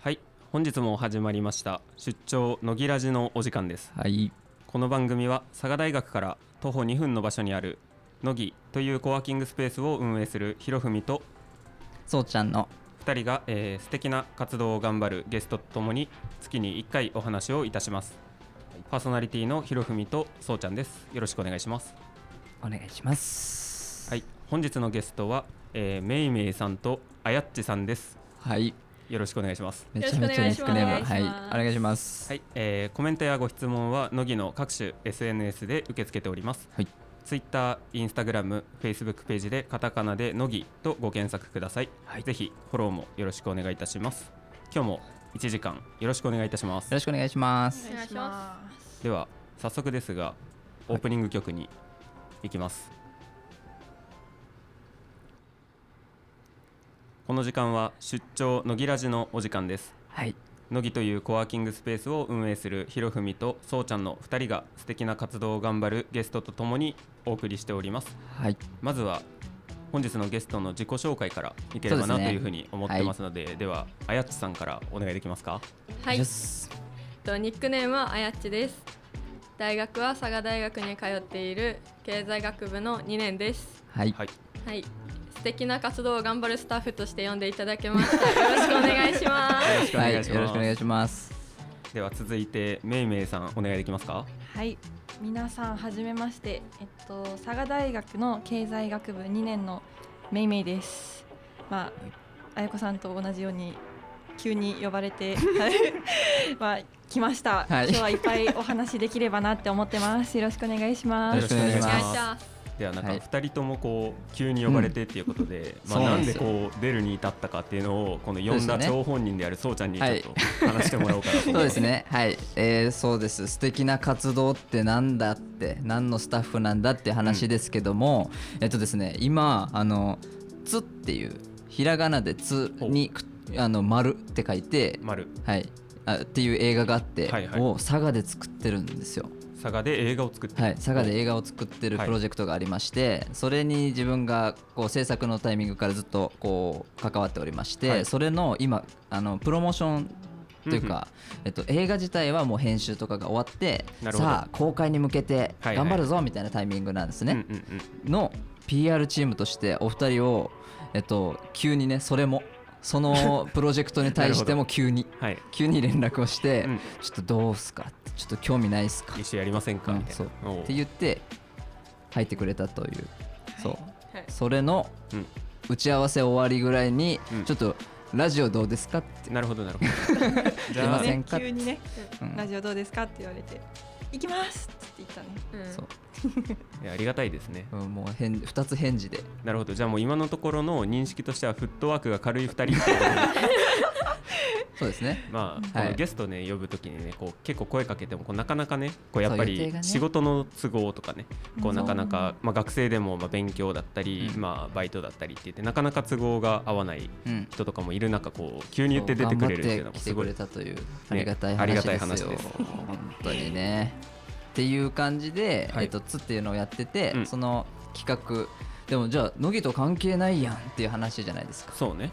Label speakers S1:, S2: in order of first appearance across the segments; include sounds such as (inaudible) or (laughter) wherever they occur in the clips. S1: はい本日も始まりました出張乃木ラジのお時間です
S2: はい。
S1: この番組は佐賀大学から徒歩2分の場所にある乃木というコワーキングスペースを運営するひろふみと
S2: そうちゃんの
S1: 2人が、えー素敵な活動を頑張るゲストとともに月に1回お話をいたしますパーソナリティのひろふみとそうちゃんですよろしくお願いします
S2: お願いします。
S1: はい。本日のゲストは、えー、めいめいさんとあやっちさんです
S2: はい。
S1: よろしくお願いします
S2: めちゃめちゃリスクネーム。
S3: よろしくお
S2: は
S3: 願い
S2: い。
S3: します
S2: お願いします。
S1: はい、えーコメントやご質問は乃木の各種 SNS で受け付けております。
S2: はい。
S1: ツイッター、インスタグラム、フェイスブックページでカタカナで乃木とご検索ください。
S2: はい
S1: ぜひフォローもよろしくお願いいたします。今日も1時間よろしくお願いいたしま
S2: よ
S1: す
S2: ろ。しくお願いします。
S3: お願いします。
S1: では早速ですが、オープニング曲に行きます。この時間は出張乃木ラジのお時間です。
S2: はい。
S1: 乃木というコワーキングスペースを運営するひろふみとそうちゃんの2人が素敵な活動を頑張るゲストとともにお送りしております
S2: はい。
S1: まずは本日のゲストの自己紹介からいければ
S2: そ
S1: な
S2: う
S1: と
S2: ですね
S1: いうふうに思ってますのでで,、はあやっちさんからお願いできますか
S3: は
S2: よ
S3: い。えっ
S2: っす
S3: とニックネームはあやっちです。大学は佐賀大学に通っている経済学部の2年です。
S2: はい。
S1: はい
S3: はい。素敵な活動を頑張るスタッフとして呼んでいただけ
S2: (laughs)
S3: ました。よろしくお願いしま
S1: よろ
S3: す。
S1: しくお
S2: は
S1: 願
S2: い。よろ
S1: いし
S2: しくお
S1: ます、
S2: 願いします。
S1: では続いてめいめいさんお願いできますか
S4: はい、皆さんはじめまして、えっと佐賀大学の経済学部2年のめいめいです。まあ、あやこさんと同じように急に呼ばれて、 (laughs) はいまあ来ました。
S2: はい
S4: 今日はいっぱいお話できればなって思ってます。よろしくお願いしま
S2: よ
S4: す
S2: ろ。しくお願いしま
S3: お願い
S2: す
S3: し。ます。
S1: ではなんか
S2: はい
S1: 2人ともこう急に呼ばれてっていうことで、
S2: うん
S1: まあ、
S2: そう
S1: な
S2: なん
S1: んで
S2: で
S1: す
S2: よ
S1: こう出るに至ったかっていうのをこの呼ん
S2: そう
S1: だ
S2: ですね
S1: 張本人であるそうちゃんにちょっと話してもらおうかなと思い
S2: そ
S1: ま
S2: う
S1: す
S2: ですね。はい。えー、そうです。素敵な活動ってなんだって、何のスタッフなんだって話ですけども、えっとですね、今あのつっていうひらがなでつにくあの丸って書いて、
S1: 丸
S2: はい。あっていう映画があって、
S1: はいはい
S2: を佐賀で作ってるんですよ。
S1: 佐賀で映画を作ってる
S2: はい、佐賀で映画を作ってる
S1: はい
S2: プロジェクトがありまして、それに自分がこう制作のタイミングからずっとこう関わっておりまして、
S1: はい
S2: それの今あのプロモーションというか、えっと、映画自体はもう編集とかが終わって
S1: なるほど
S2: さあ公開に向けて
S1: はいはい
S2: 頑張るぞみたいなタイミングなんですね。
S1: うんうんうん
S2: の PR チームとしてお二人を、えっと、急にねそれも
S1: (laughs)
S2: そのプロジェクトに対しても急に
S1: はい、
S2: 急に連絡をして、
S1: うん
S2: ちょっとどうすかってちょっと興味ないっすか
S1: 一緒やりませんか
S2: うん
S1: みたい
S2: そう
S1: な、おう
S2: って言って入ってくれたという、そう
S3: はい
S2: それの
S1: うん
S2: 打ち合わせ終わりぐらいに、
S1: うん
S2: ちょっとラジオどうですかって
S1: なるほどなるほど
S2: (laughs)
S1: じ
S2: すい
S1: ゃあ
S2: ません
S4: ね、急にね、
S2: うん
S4: ラジオどうですかって言われて、行きますって言ったね。
S3: うん
S2: そう
S1: いやありがたいですね
S2: うんもう返2つ返事で
S1: なるほどじゃあもう今のところの認識としてはフットワークが軽い2人っていうことで
S2: そうですね
S1: まあ、
S2: はい
S1: このゲストね呼ぶときにねこう結構声かけてもこうなかなかねこうやっぱ
S2: そう予定
S1: り
S2: がね
S1: 仕事の都合とかねこう
S2: うん
S1: なかなか、まあ、学生でもまあ勉強だったり、
S2: うん
S1: まあ、バイトだったりって言ってなかなか都合が合わない
S2: うん
S1: 人とかもいる中こう急に言って出てくれるっていうの
S2: 頑張
S1: も
S2: 来
S1: す
S2: て
S1: ご
S2: く
S1: い
S2: れたというありがたい
S1: あり
S2: 話
S1: が
S2: です
S1: た
S2: よ、
S1: い話です
S2: 本当
S1: (laughs)
S2: にねっていう感じで、
S1: はい
S2: えっと、つっていうのをやってて、
S1: うん
S2: その企画でもじゃあ乃木と関係ないやんっていう話じゃないですか
S1: そうね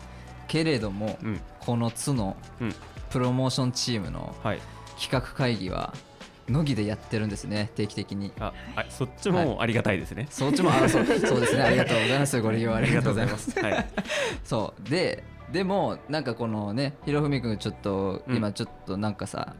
S2: けれども、
S1: うん
S2: この「つ」の
S1: うん
S2: プロモーションチームの
S1: はい
S2: 企画会議は乃木でやってるんですね定期的に
S1: ああそっちもありがたいですね、
S2: そっちもあそうそうですねありがとうございますご利用ありがとうございます
S1: はい
S2: そうででもなんかこのねひろふみくんちょっと
S1: うん
S2: 今ちょっとなんかさ、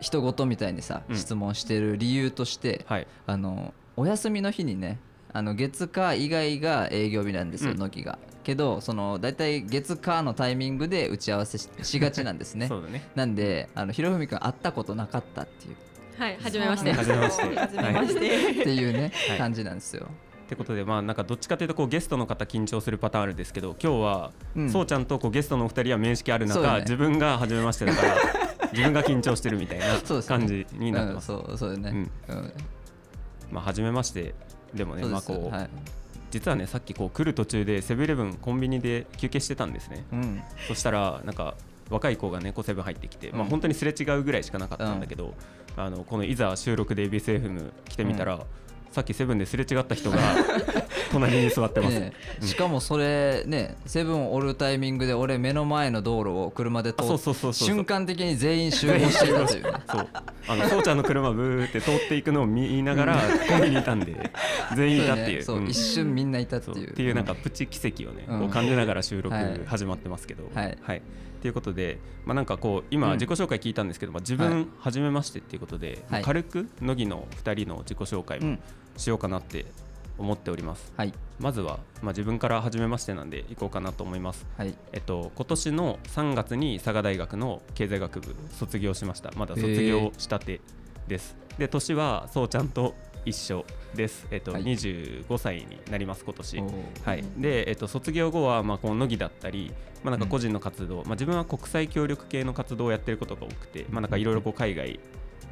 S2: 人ごとみたいにさ
S1: うん
S2: 質問してる理由として、
S1: はい
S2: あのお休みの日にねあの月火以外が営業日なんですよ、
S1: うん
S2: 乃木がけどその大体月火のタイミングで打ち合わせししがちなんで
S1: (laughs)
S2: す (laughs) ね
S1: そうだね
S2: なんであのひろふみくん会ったことなかったっていう
S3: はい。はじめまして。
S1: はじめまして
S4: はじめまして。
S2: っていうね、
S1: (laughs) はい
S2: 感じなんですよ。
S1: ってことでまあなんかどっちかというとこうゲストの方緊張するパターンあるんですけど今日は、
S2: うん
S1: そうちゃんとこうゲストのお二人は面識ある
S2: そう
S1: 中、
S2: だね
S1: 自分が初めましてだから自分が緊張してるみたいな
S2: そうですね
S1: 感じになってます。
S2: うん、そうそうだね。うん
S1: まあ初めましてでもね
S2: そう
S1: ま
S2: で
S1: あ
S2: す。
S1: こう、
S2: はい。
S1: 実はねさっきこう来る途中でセブンイレブンコンビニで休憩してたんですね。
S2: うん。
S1: そしたらなんか若い子がねこうセブン入ってきて、まあ
S2: うん
S1: 本当にすれ違うぐらいしかなかったんだけど、あ
S2: (laughs)
S1: のこのいざ収録で ABSFM 来てみたら、さっきセブンですれ違った人が隣に座ってます、
S2: ねえ、しかもそれねセブンおるタイミングで俺目の前の道路を車で通
S1: あ
S2: っ
S1: そうそうそうそう
S2: 瞬間的に全員集合していた
S1: (laughs)
S2: というね
S1: そうあのそうちゃんの車ブーって通っていくのを見ながらコンビニいたんで全員いたっていう
S2: そうねそう
S1: うん
S2: 一瞬みんないたって
S1: そう
S2: いう
S1: っていうなんかプチ奇跡をね、
S2: うん
S1: こう感じながら収録
S2: はい
S1: 始まってますけど、
S2: はい
S1: ということで、まあ、なんかこう
S2: うん
S1: 今自己紹介聞いたんですけど、まあ、自
S2: は
S1: 分初めましてっていうことで、
S2: はい
S1: 軽く乃木の2人の自己紹介
S2: う
S1: も
S2: ん
S1: しようかなって思っております、
S2: はい
S1: まずは、まあ、自分から初めましてなんでいこうかなと思います
S2: はい
S1: えっと今年の3月に佐賀大学の経済学部卒業しましたまだ卒業したてです、で年はそうちゃんと一緒ですえっと、
S2: はい
S1: 25歳になります今年
S2: おー
S1: はい、で、えっと、卒業後は、まあ、この乃木だったり、まあ、なんか個人の活動、まあ、自分は国際協力系の活動をやってることが多くて、まあ、なんかいろいろこう海外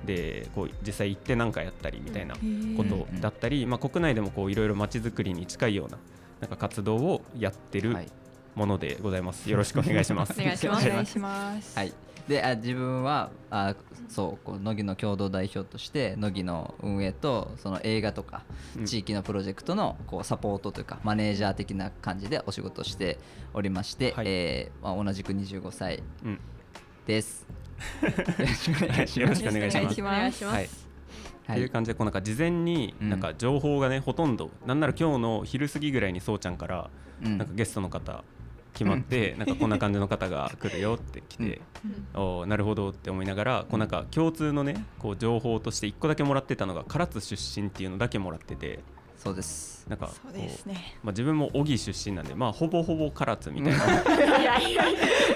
S1: でこう実際行ってなんかやったりみたいなことだったり、まあ、国内でもこういろいろまちづくりに近いようななんか活動をやってる
S2: はい
S1: ものでございます。よろしくお願いします。
S2: (laughs)
S3: お願いしま
S4: お
S3: す
S4: 願いします。
S2: はい、であ自分はあそうこう乃木の共同代表として乃木の運営とその映画とか
S1: うん
S2: 地域のプロジェクトのこうサポートというかマネージャー的な感じでお仕事しておりまして、
S1: はい
S2: えーまあ、同じく25歳
S1: うん
S2: です。よろしくお願いし
S1: よろ
S2: ま
S1: し
S2: す
S1: くお願いしま
S4: お願
S1: す。
S4: いし
S3: お
S4: ます
S3: 願いします、
S1: はい
S2: は
S1: っていう
S2: い、
S1: 感じでこうなんか事前に
S2: うん
S1: なんか情報がね、ほとんどなんなら今日の昼過ぎぐらいにそうちゃんから
S2: うん
S1: なんかゲストの方決まって、なんかこんな感じの方が来るよって来て、おーなるほどって思いながらこうなんか共通のねこう情報として1個だけもらってたのが唐津出身っていうのだけもらってて
S2: そうです。
S1: なんか
S4: そ
S1: こ
S4: う
S1: う
S4: ですね。
S1: まあ、自分も小城出身なんで、まあ、ほぼほぼ唐津みたいな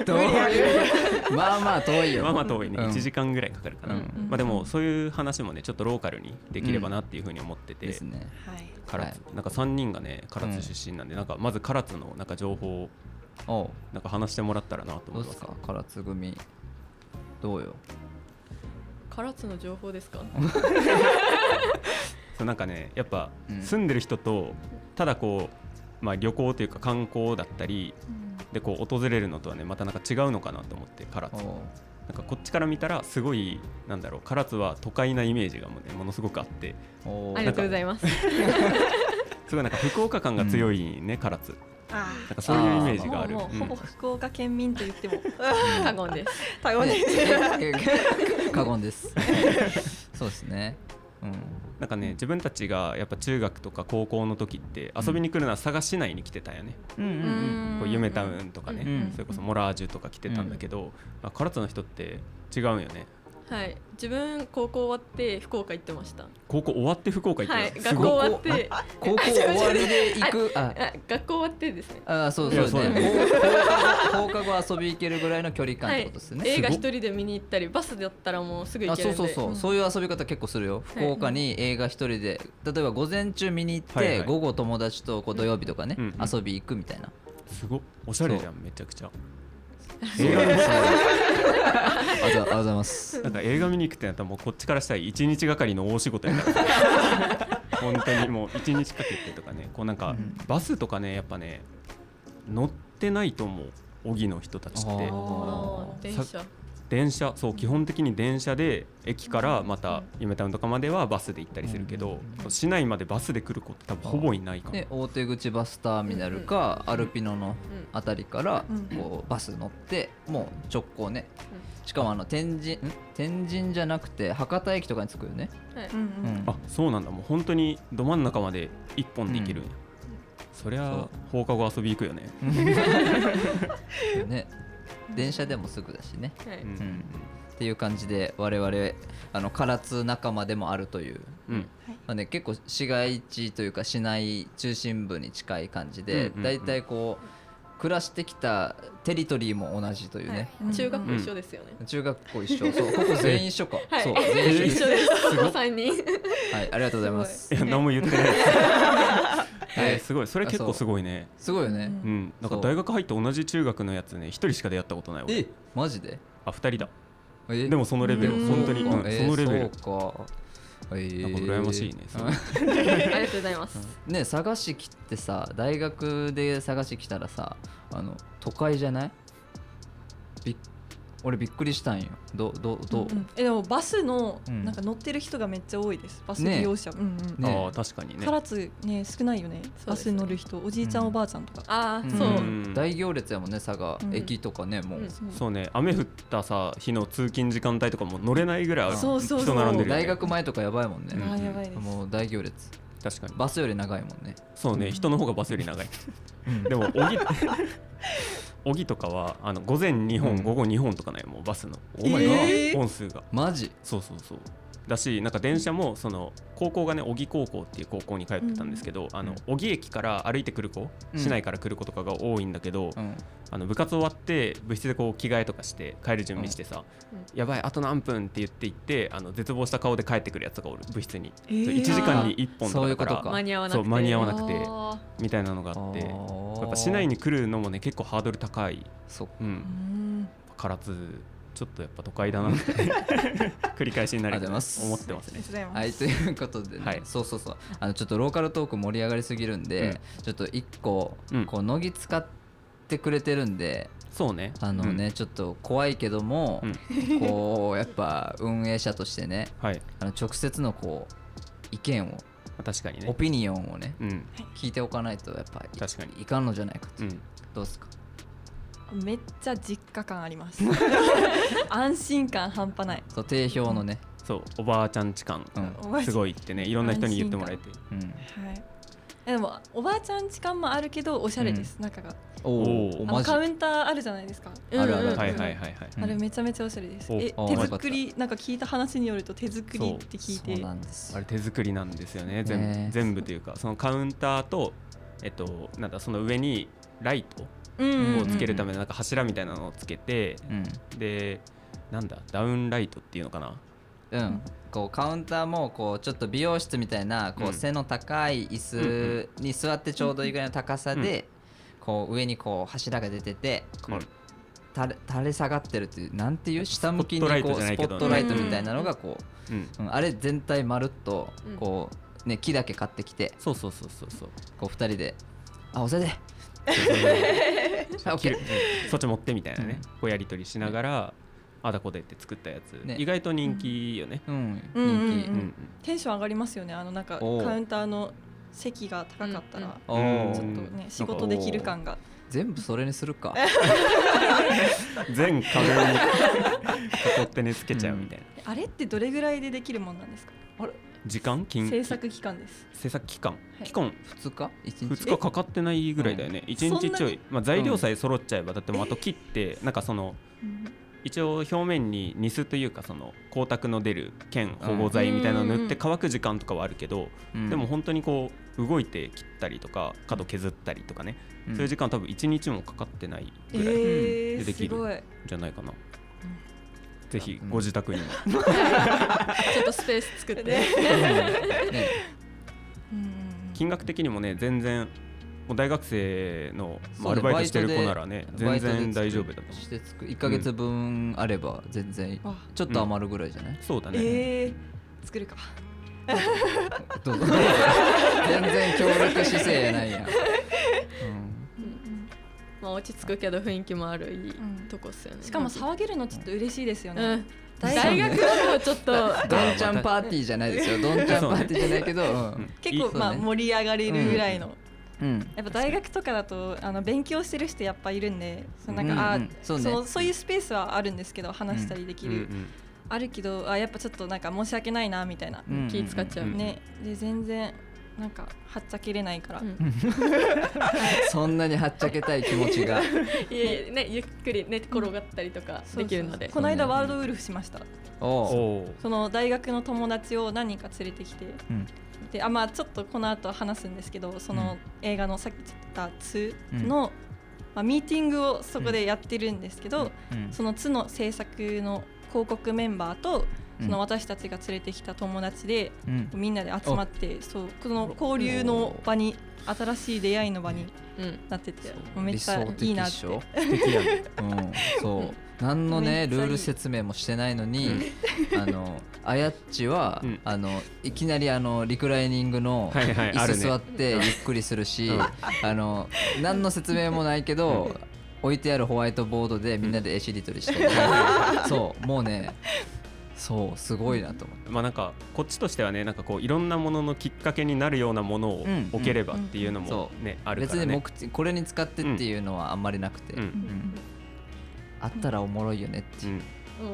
S2: どういうまあまあ遠いよ。
S1: まあまあ遠いね
S2: うん
S1: 1時間ぐらいかかるかな、
S2: うん
S1: まあ、でもそういう話もねちょっとローカルにできればなっていうふうに思ってて。
S2: ですね。
S4: はい。
S1: 唐津
S2: はい
S1: なんか3人がね唐津出身なんで、なんかまず唐津のなんか情報を
S2: おう
S1: なんか話してもらったらなと思
S2: どう
S1: い
S2: で
S1: ますす
S2: か唐津組どうよ。
S3: 唐津の情報ですか
S1: そうなんかねやっぱ
S2: うん
S1: 住んでる人とただこう、まあ、旅行というか観光だったりでこう訪れるのとはねまたなんか違うのかなと思って唐津
S2: おう
S1: なんかこっちから見たらすごいなんだろう唐津は都会なイメージがもう、ね、ものすごくあって
S2: おう
S3: ありがとうございます
S1: すごいなんか福岡感が強いね、唐津
S4: あ
S1: なんかそういうイメー
S2: あ
S1: ジ
S4: あ。
S1: が
S4: も
S1: あ
S4: う
S1: る
S4: もう
S1: うん
S4: ほぼ福岡県民と言っても
S3: 過言です
S4: 過言です。
S2: 過言です。そうですね。うん。
S1: なんかね自分たちがやっぱ中学とか高校の時って遊びに来るのは佐賀市内に来てたよね、
S2: うんうん
S4: うん
S1: こう夢タウンとかね、
S2: うん
S1: それこそモラージュとか来てたんだけど、まあ、唐津の人って違うんよね
S3: はい自分高校終わって福岡行ってました
S1: 高校終わって福岡行っ
S3: は
S1: て
S3: い
S1: たのす
S3: 学
S1: ごい
S3: 校終わって
S2: 高校終わりで行く。あ、
S3: あ学校終わってですね
S2: あそう
S1: いや
S2: そうだ
S1: そうだ
S2: ね。放課後放課後遊び行けるぐらいの距離感っ
S3: は
S2: て
S3: い
S2: ことですね。
S3: 映画
S1: す
S3: 一
S1: ごっ
S3: 人で見に行ったりバスだったらもうすぐ行
S2: あ
S3: ける
S2: そ
S3: ん
S2: う
S3: で
S2: そうそう、
S4: うん
S2: そういう遊び方結構するよ福岡に映画一人で、例えば午前中見に行って、
S1: はいはい
S2: 午後友達とこう土曜日とかね、
S1: うんうん
S2: 遊び行くみたいな、
S1: すごいおしゃれじゃんめちゃくちゃ
S2: そうそうありがとうございます
S1: なんか映画見に行くってなったらもうこっちからしたら一日がかりの大仕事やから本当にもう一日かけてとかねこうなんか
S2: うん
S1: バスとかねやっぱね乗ってないと思う小木の人たちって
S2: あ
S3: あー電車
S1: さ電車そう基本的に電車で駅からまた夢タウンとかまではバスで行ったりするけど、市内までバスで来る子って多分ほぼいないかも、
S2: で大手口バスターミナルか、アルピノのあたりから
S4: うん
S2: こうバス乗ってもう直行ね、しかもあの天神ん天神じゃなくて博多駅とかに着くよね、
S3: はい
S4: うん
S2: う
S4: うん
S2: ん
S1: あそうなんだもう本当にど真ん中まで一本で行けるんや、そりゃ放課後遊び行くよね、
S2: ね電車でもすぐだしね
S3: はい
S1: うん
S2: うんっていう感じで我々あの唐津仲間でもあるという、
S1: うん
S2: まあね、結構市街地というか市内中心部に近い感じ
S1: う
S2: で
S1: んうんうん
S2: だいたいこう暮らしてきたテリトリーも同じというね、
S3: はい中学校一緒ですよね
S2: 中学校一緒そうここ全員一緒か、
S3: はい
S2: そう全員
S3: 一
S2: 一緒
S3: 緒です
S1: ごい
S3: 三人
S2: はいありがとうございます
S1: いや何も言ってないです、
S2: はい
S1: えーすごいそれ結構すごいね
S2: すごいよね、
S1: う、ん、なんか大学入って同じ中学のやつね一人しか出会ったことない俺
S2: えマジで
S1: あ二人だ
S2: え
S1: でもそのレベル
S2: でも
S1: 本当に
S2: そうか
S1: うん
S2: えー
S1: そのレベル
S2: そうかえー
S1: なんか羨ましいねすごい
S3: ありがとうございます
S2: (laughs) ね佐賀市来ってさ大学で佐賀市来たらさあの都会じゃないびっ俺びっくりしたんよどどどう、
S4: うんうんえでもバスの
S2: うん
S4: なんか乗ってる人がめっちゃ多いですバス
S2: ね
S4: 利用者、うんうん
S2: ね
S1: ああ確かにね
S4: 唐津ね少ないよね
S3: そう
S4: バ
S3: ですね
S4: ス乗る人おじいちゃん、
S2: うん
S4: おばあちゃんとか
S3: ああ
S2: ん
S3: そう、
S1: うん
S2: 大行列やもんね佐賀、
S4: うん
S2: 駅とかねもう、
S3: うん
S4: そう
S1: そうね雨降ったさ日の通勤時間帯とかも乗れないぐらい
S4: そうそうそう
S1: 人並んでるよね
S2: 大学前とかやばいもんね、
S4: あーやばいです、
S2: もう大行列
S1: 確かに
S2: バスより長いもんね、
S1: そうね人の方がバスより長いでも小木 (laughs) 小木とかはあの午前2本、
S2: うん
S1: 午後2本とかないもうバスの、
S4: Oh my god
S1: 本数が
S2: マジ
S1: そうそうそうだしなんか電車もその高校がね小木高校っていう高校に通ってたんですけど、あの小木駅から歩いてくる子、
S2: うん
S1: 市内から来る子とかが多いんだけど、
S2: うん
S1: あの部活終わって部室でこう着替えとかして帰る準備してさ、
S3: うん
S1: やばいあと何分って言って行ってあの絶望した顔で帰ってくるやつとかおる部室に、
S4: えー
S1: そう1時間に1本とかだか
S2: そういうことから
S3: 間に合わなくて
S1: そう間に合わな
S3: く
S1: くて
S4: あ
S1: みたいなのがあって。
S2: ー
S1: やっぱ市内に来るのもね結構ハードル高い、
S2: そっか
S1: うん
S4: ーうん
S1: 唐津ちょっとやっぱ都会だなって
S2: (laughs)
S1: 繰り返しになるけど
S2: ありがとうございます
S1: 思ってます
S4: ありが
S1: ね
S4: とうございます、
S2: はいということで、ね
S1: はい
S2: そうそうそうあのちょっとローカルトーク盛り上がりすぎるんで、ちょっと一個、
S1: うん
S2: こう乃木使ってくれてるんで
S1: そうね
S2: あのね、
S1: うん
S2: ちょっと怖いけども、こうやっぱ運営者としてね
S1: はい
S2: あの直接のこう意見を
S1: 確かに
S2: オ
S1: ね
S2: ピニオンをね
S1: うん
S2: 聞いておかないとやっぱい
S1: 確かに
S2: いかんのじゃないかと、
S1: うん
S2: どうですか
S4: めっちゃ実家感あります安心感半端ない
S2: そう定評のね、
S1: そうおばあちゃんち感
S2: うん
S4: おばあちゃ
S1: す
S4: ん
S1: ごいってねいろんな人に言ってもらえて
S2: うん、
S4: はいえでもおばあちゃん時間もあるけどおしゃれです、中が
S2: お
S1: おー
S2: お
S4: あの
S2: マジ
S4: カウンターあるじゃないですか
S2: あるある
S3: うんうん
S1: はいはいはいはい
S2: うん
S4: あれめちゃめちゃおしゃれです。
S1: お
S4: え
S2: あー
S4: 手作りなんか聞いた話によると手作りって聞い
S2: そう
S4: て
S2: なんです
S1: あれ手作りなんですよね全部
S2: ね
S1: 全部というかそのカウンターとえっとなんだその上にライト
S4: うんうんうん
S1: をつけるためのなんか柱みたいなのをつけて
S2: うん
S1: でなんだダウンライトっていうのかな
S2: うん、こうカウンターもこうちょっと美容室みたいなこ
S1: うん
S2: う背の高い椅子に座ってちょうどいいぐらいの高さでこう上にこう柱が出ててこ
S1: うん
S2: う垂れ垂れ下がってるっていうなんていう下向
S1: ス
S2: きに
S1: ポットライ
S2: こ
S1: ト
S2: う
S1: じゃな
S2: ス
S1: い
S2: ポ
S1: けどね
S2: ットライトみたいなのがこ
S1: うん
S2: う、うん、あれ全体まるっと
S3: うん
S2: こう、ね、木だけ買ってきて
S1: そうそうそうそうそう
S2: こう2人で「あ押せで!
S1: (laughs)
S2: あ」オッ
S1: 切
S2: ケ
S1: る
S2: ー
S1: そっち持ってみたいなね
S2: う
S1: こうやり取りしながらあだこでって作ったやつ
S2: ね
S1: 意外と人気よね
S2: うん
S4: うんうんうん
S2: 人
S1: うん
S2: 気
S4: うんテンション上がりますよね。あのなんかカ
S2: おー
S4: ウンターの席が高かったら、
S2: お
S1: うん
S4: ちょっ
S1: う
S4: と
S1: ん
S2: ー
S4: ね仕事できる感が。
S2: 全部それにするか
S1: 全壁に囲ってねつけちゃうみたいな
S4: あれってどれぐらいでできるもんなんですか。
S1: 時間金
S4: 制作期間です。
S1: 制作期間
S4: はい
S1: 期間
S2: 2日1
S1: 2
S2: 日
S1: 日かかってないぐらいだよね1日ちょいまあ材料さえ揃っちゃえばだってもうあと切ってなんかその一応表面にニスというかその光沢の出る剣保護剤みたいなの塗って乾く時間とかはあるけど
S2: うん
S1: でも本当にこう動いて切ったりとか角削ったりとかね
S2: うん
S1: そういう時間多分1日もかかってないぐらい
S4: え
S1: 出
S4: え
S1: て
S4: ー、
S1: きる
S4: すごい。
S1: じゃないかな、ぜひご自
S2: (laughs)
S1: 宅にも、
S3: ちょっとスペース作って、
S2: ね
S4: うんうん
S1: 金額的にもね全然もう大学生の、まあア
S2: そうね
S1: ルバイトしてる子
S2: バイトで
S1: ならね全然大丈夫だと思う
S2: してつく1か月分あれば全然
S4: うんわ
S2: ちょっと余るぐらいじ
S1: (laughs)
S2: ゃない、
S1: そうだね、
S4: ええー、作るか。
S2: どうぞ全然協力姿勢やないやん、
S3: まあ、落ち着くけど雰囲気もあるいい
S4: ん
S3: とこっすよね
S4: しかも騒げるのちょっと嬉しいですよ
S3: う
S4: ね。
S3: ん
S4: 大
S3: 大
S4: 学
S3: 学はもうちょっと
S2: どんちゃんパーティーじゃないですよどんちゃんパーティーじゃないけど、
S1: うんうん
S4: 結
S1: いい
S4: 構まあ
S2: そうね
S4: 盛り上がれるぐらいの。
S2: うん
S4: やっぱ大学とかだとあの勉強してる人やっぱいるんでそのなんか、
S2: うんうん
S4: あ
S2: そ
S4: そうう
S2: ね
S4: そういうスペースはあるんですけど話したりでき
S1: うん
S4: る、
S1: うん
S4: あるけどあやっぱちょっとなんか申し訳ないなみたいな、
S2: うん
S3: 気使っちゃう、
S1: うん
S4: ねで全然なんかはっちゃけれないから、
S3: うん
S2: そんなにはっちゃけたい気持ちが
S3: いえいえね、ゆっくり寝転がったりとかできるので
S4: この間ワールドウルフしました
S1: お
S2: おう
S1: ー
S4: その大学の友達を何人か連れてきて
S2: うん
S4: であまあちょっとこの後話すんですけどその映画のさっき言った「2
S2: うん」
S4: の、まあ、ミーティングをそこでやってるんですけど、
S2: うん
S4: その「つ」の制作の広告メンバーと
S2: うん
S4: その私たちが連れてきた友達で、
S2: うん
S4: みんなで集まってそうこの交流の場に新しい出会いの場に
S3: うん
S4: なってて
S3: そう
S4: もうめっちゃいいなっ
S2: 理
S4: て
S2: 想的っしょ
S1: 素敵や
S2: (laughs)
S1: ね
S2: うん、そう何のね
S4: めっちゃいい
S2: ルール説明もしてないのに、あのあやっちは、
S1: うん
S2: あのいきなりあのリクライニングの
S1: はいはいあ
S2: 椅
S1: る
S2: 子
S1: ね
S2: 座ってゆっくりするし、
S1: うん
S2: あの何の説明もないけど、置いてあるホワイトボードでみんなで絵しりとりして
S1: (laughs)
S2: そうもうねそうすごいなと思って
S1: まあなんかこっちとしてはねなんかこういろんなもののきっかけになるようなものを
S2: うん
S1: 置ければっていうのもね、あるか
S2: 別
S1: ら
S2: に
S1: ね
S2: 目的これに使ってっていうのはあんまりなくて、
S1: うん
S2: うんあったらおもろいよねって
S1: う
S2: いう、
S1: ん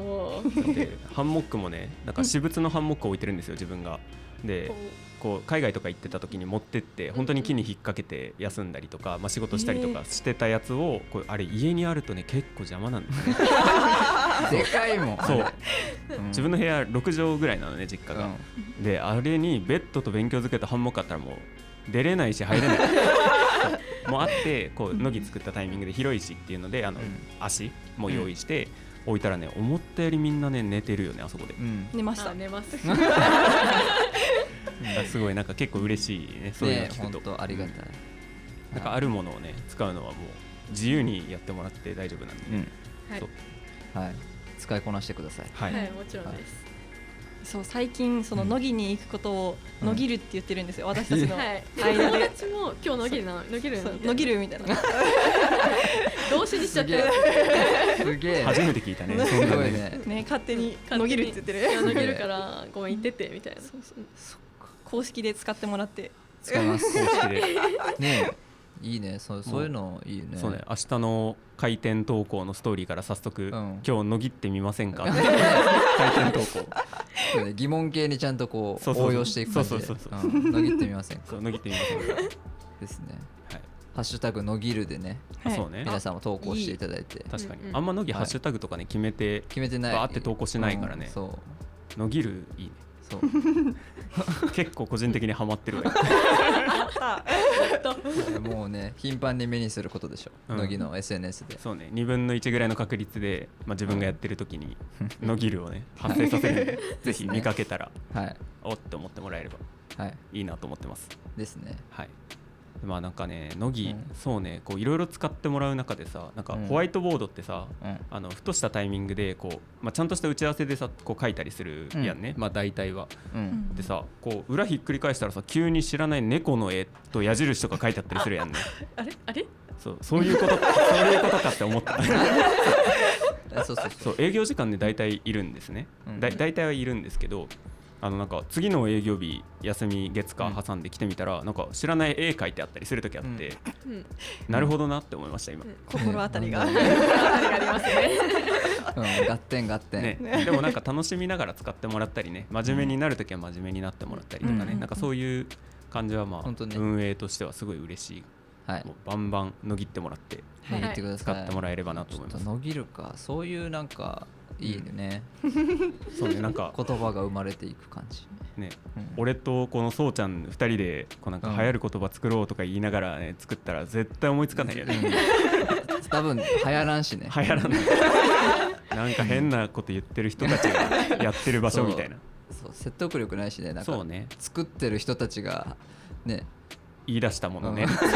S3: お
S1: でハンモックもねなんか私物のハンモックを置いてるんですよ自分がでこう海外とか行ってた時に持ってって本当に木に引っ掛けて休んだりとか、まあ、仕事したりとかしてたやつをこうあれ家にあるとね結構邪魔なんですね
S2: でかいもん
S1: そう
S2: うん
S1: (laughs) 自分の部屋6畳ぐらいなのね実家が、であれにベッドと勉強づけとハンモックあったらもう出れないし入れないそうもうあってこう乃木作ったタイミングで広いしっていうのであの、
S2: うん
S1: 足も用意して置いたらね思ったよりみんなね寝てるよねあそこで
S2: う、ん
S4: 寝ました
S3: あ寝ます
S1: すごいなんか結構嬉しいねそういうの
S2: で
S1: 聞
S2: 本
S1: くと
S2: 当ありがたい、
S1: なんかあるものをね使うのはもう自由にやってもらって大丈夫なんでね、
S3: はい
S1: そう
S2: はい使いこなしてください
S1: はい、
S3: はい、もちろんです。
S4: そう最近その
S2: うん
S4: 乃木に行くことを
S2: うん
S4: 乃木るって言ってるんですよ、私たちの
S3: はい。
S4: 間
S3: 友
S4: で。
S3: 達も今日のぎるなの、のぎる
S4: そ
S3: な
S4: う
S3: の。
S4: 乃木るみたいな
S3: 動詞にしちゃっ
S2: すげ
S3: て
S2: え
S3: る。
S2: すげえ
S1: 初
S2: (laughs) す
S1: めて聞いたね
S4: ね
S1: そんな
S2: ごい
S1: ね
S2: ね
S4: ね勝手に
S3: 勝手に
S4: 乃木るって言ってる
S3: いやのぎるからごめん言っててみたいな。
S4: そうそうそっか公式で使ってもらって
S2: 使
S1: (laughs)
S2: います
S1: 公式で
S2: ねえいいねそうそういうのいいね
S1: そうね
S2: (laughs)
S1: 明日の開店投稿のストーリーから早速、
S2: ん
S1: 今日のぎってみませんかって開店投稿
S2: そうね疑問形にちゃんとこう
S1: そうそうそう
S2: 応用していく感じで
S1: そうそうそう
S2: うんのぎってみませんか
S1: そうのぎってみま
S2: (laughs)
S1: せんか、はい
S2: ですねハッシュタグのぎるでね
S1: あ
S4: はい
S1: そうね
S2: 皆さんも投稿していただいて
S1: 確かに、
S3: うんうん
S1: あんまのぎ
S2: はい
S1: ハッシュタグとかね決めて、
S2: 決めてない
S1: バーって投稿しないからね
S2: うんそう
S1: のぎるいいね
S2: そう
S1: (laughs) 結構個人的にハマってるわ
S2: もうね頻繁に目にすることでしょ、
S1: うん
S2: 乃木の SNS で
S1: そうね2分の1ぐらいの確率で、まあ、自分がやってる時
S2: (laughs)
S1: にのぎるをね発生させるんでぜひ見かけたら
S2: はい
S1: おっと思ってもらえれば
S2: はい
S1: いいなと思ってます
S2: ですね
S1: はいまあなんかね乃木、
S2: うん
S1: そうねこういろいろ使ってもらう中でさなんか
S2: うん
S1: ホワイトボードってさ、
S2: うん
S1: あのふとしたタイミングでこう、まあ、ちゃんとした打ち合わせでさこう書いたりするやんね、まあ大体は。
S2: うん
S1: でさこう裏ひっくり返したらさ急に知らない猫の絵と矢印とか書いてあったりするや
S2: (laughs)
S1: んね
S3: あれあれ？
S1: そうそういうことかそういうことかって思った
S2: あそうそうそ
S1: そうう営業時間で大体いるんですね、
S2: うん
S1: だ大体はいるんですけどあのなんか次の営業日休み月火挟んで来てみたら、なんか知らない絵描いてあったりする時あって、
S3: うん。
S1: なるほどなって思いました今、
S3: うん
S4: 心当た
S1: (laughs)
S4: りが、
S2: うん
S3: あれがありますね。
S2: うん合点合点、
S1: ね、でもなんか楽しみながら使ってもらったりね真面目になる時は真面目になってもらったりとかね、
S4: うん
S1: なんかそういう感じはまあ、
S2: 本当ね
S1: 運営としてはすごい嬉しい、
S2: はい
S1: もうバンバンのぎってもらって
S3: はい
S2: 言ってくだ
S1: 使
S2: さい、
S1: ってもらえればなと
S2: ちょ
S1: 思
S2: っ
S1: い
S2: と
S1: ます、
S2: のぎるかそういうなんかいいね、
S1: そうねなんか
S2: 言葉が生まれていく感じ、
S1: ね
S2: うん
S1: 俺とこのそうちゃん2人でこうなんか流行る言葉作ろうとか言いながらね作ったら絶対思いつかないよね、 (laughs)
S2: うん多分流行らんしね
S1: 流行ら
S2: (laughs)
S1: ないなんか変なこと言ってる人たちがやってる場所みたいな
S2: そう説得力ないしねなん
S1: そう
S2: か
S1: ね
S2: 作ってる人たちがね
S1: 言い出したものね、
S2: うん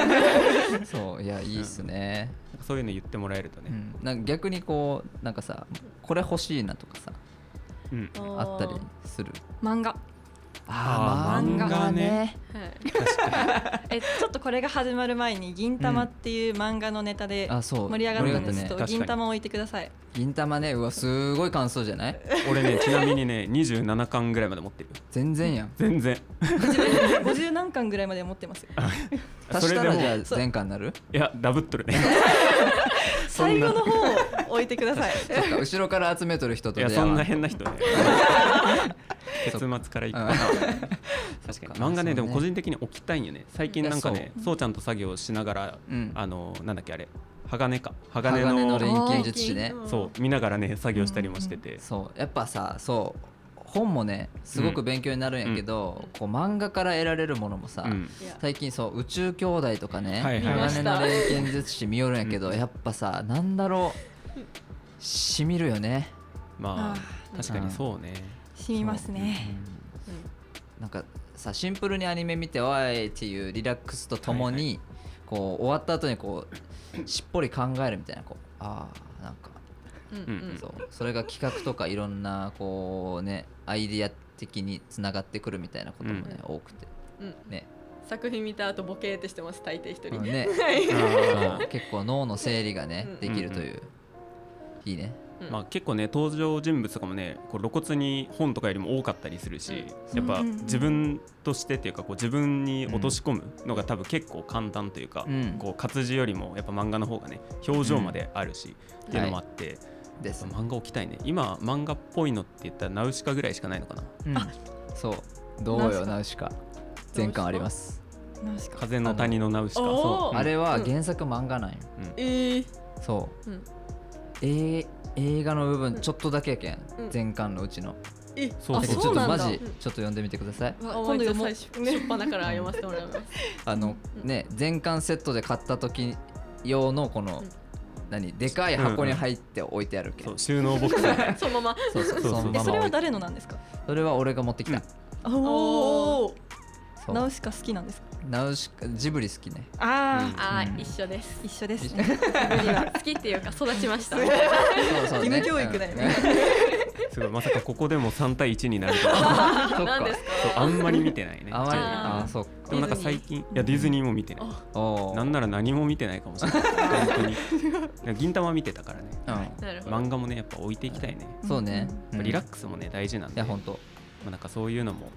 S1: なんか
S2: そういやいいっすね、
S1: そういうの言ってもらえると
S2: う
S1: ね、
S2: んなんか逆にこうなんかさこれ欲しいなとかさ
S1: うん
S2: あったりする (laughs)
S4: 漫画
S1: あー漫画ね
S3: はい。
S1: 確かに
S4: えちょっとこれが始まる前に「銀玉」っていう漫画のネタで
S2: あそう
S4: 盛り上がったんです
S2: 盛り上が
S4: と、
S1: ったね
S4: 銀玉を置いてく
S2: (laughs)
S4: ださい
S2: 銀玉ねうわすごい感想じゃない
S1: 俺ねちなみにね27巻ぐらいまで持ってるよ
S2: 全然やん
S1: 全然
S4: 50何巻ぐらいまで持ってますよ
S2: 足したらじゃあ
S4: そう
S2: 全巻になる
S1: いやダブっとるねそ
S4: 最
S1: ん
S4: 後
S1: な
S4: の方を置いてください
S2: そっか後ろから集めとる人と
S1: い
S2: 出
S1: や
S2: 会わ
S1: そんな
S2: と
S1: 変な人ね (laughs) 結末からいく
S2: うん
S1: 確かに
S2: そっか
S1: 漫画ねでも
S2: そうね
S1: 個人的に置きたいんよね最近なんかねそうちゃんと作業しながら
S2: うん
S1: あのなんだっけあれ鋼か鋼
S2: 鋼
S1: の
S2: の錬金術師ね
S1: そう見ながらね作業したりもしてて、
S2: そうやっぱさそう本もねすごく勉強になるんやけど、こう漫画から得られるものもさ、
S1: うん
S3: いや
S2: 最近そう宇宙兄弟とかね、
S1: はいはい
S3: 見まし
S2: 鋼
S3: た
S2: の錬金術師見よるんやけど、やっぱさなんだろうしみるよね
S1: まあ
S3: あ
S1: 確かにそうね、
S4: 染みますね
S2: なんかさシンプルにアニメ見て「わい!」っていうリラックスとともに、
S1: はい
S2: こう終わった後にこうしっぽり考えるみたいなこうあーなんか、
S3: うん
S1: う
S3: うんん。
S2: そうそれが企画とかいろんなこうねアイディア的につながってくるみたいなこともね、多くて
S3: うん。
S2: ね
S3: 作品見た後ボケーってしてます大抵一人、
S2: うんね
S3: はい
S2: そう結構脳の整理がね
S3: うん
S2: できるという、いいね
S3: うん
S1: まあ、結構ね登場人物とかもねこう露骨に本とかよりも多かったりするし、やっぱ
S4: うんうんうん
S1: 自分としてっていうかこう自分に落とし込むのが多分結構簡単というか、
S2: うん
S1: こう活字よりもやっぱ漫画の方がね表情まであるし、っていうのもあって、
S2: です、
S1: 漫画置きたいね今漫画っぽいのって言ったらナウシカぐらいしかないのかな
S2: うんそうどうよナ
S4: ナ
S2: ウシカ全巻あります
S4: ナウシカ
S1: 風の谷のナウシカ
S3: あの
S1: そう
S3: おー
S1: ん
S2: あれは
S3: うん
S2: 原作漫画なんよ、
S3: えー
S2: そう
S3: うん、
S2: えー映画の部分
S3: うん
S2: ちょっとだけやけん、
S3: うん
S2: 全巻のうちの、
S3: え
S1: そう
S3: あ
S1: そう
S2: ちょっ
S3: そ
S2: と
S3: うなん
S2: マ
S3: だ
S2: ジちょ
S3: うん
S2: っと読んでみてください、
S3: わ
S4: 今度読もう
S3: 最初ね初っ端から読ま (laughs) せてもらいます。
S2: あのね全巻セットで買った時用のこの、
S3: うん
S2: 何でかい箱に入って置いてあるけん、
S1: そう収納ボックス
S3: (laughs)
S1: みたいな
S3: そのまま。
S2: そうそう
S1: そうそう
S2: その
S4: え
S2: ま
S4: そ
S2: ま置
S4: れはい
S2: て
S4: 誰のなんですか
S2: それは俺が持ってきた、
S4: おお
S2: そう
S4: ナウシカ好きなんですか
S2: ナウシカジブリ好き
S3: (laughs)
S2: ね
S4: ああ、
S3: ああ、
S2: うん
S3: 一緒 (laughs) です。
S4: 一緒ですね
S3: (laughs) 好きっていうか育ちました。
S2: そうそうね
S4: 義務教育だよね
S2: (laughs)
S1: すごいまさかここでも3対1になるとは
S2: うんそっ
S3: なんで
S2: か
S3: す
S1: そう
S3: か。
S1: あんまり見てないね
S2: あまりあ
S3: あー
S2: あそっか
S1: でもなんか最近いやディズニーも見てない
S3: あ
S2: おー
S1: なんなら何も見てないかもしれない本当に銀玉見てたからね
S2: う
S3: なるほど。
S1: 漫画もねやっぱ置いていきたいね、
S2: んそうね、
S1: やっぱリラッ
S2: ク
S1: クスもね大事なん
S2: い
S1: で
S2: やほんと
S1: まあ、なんかそういうのも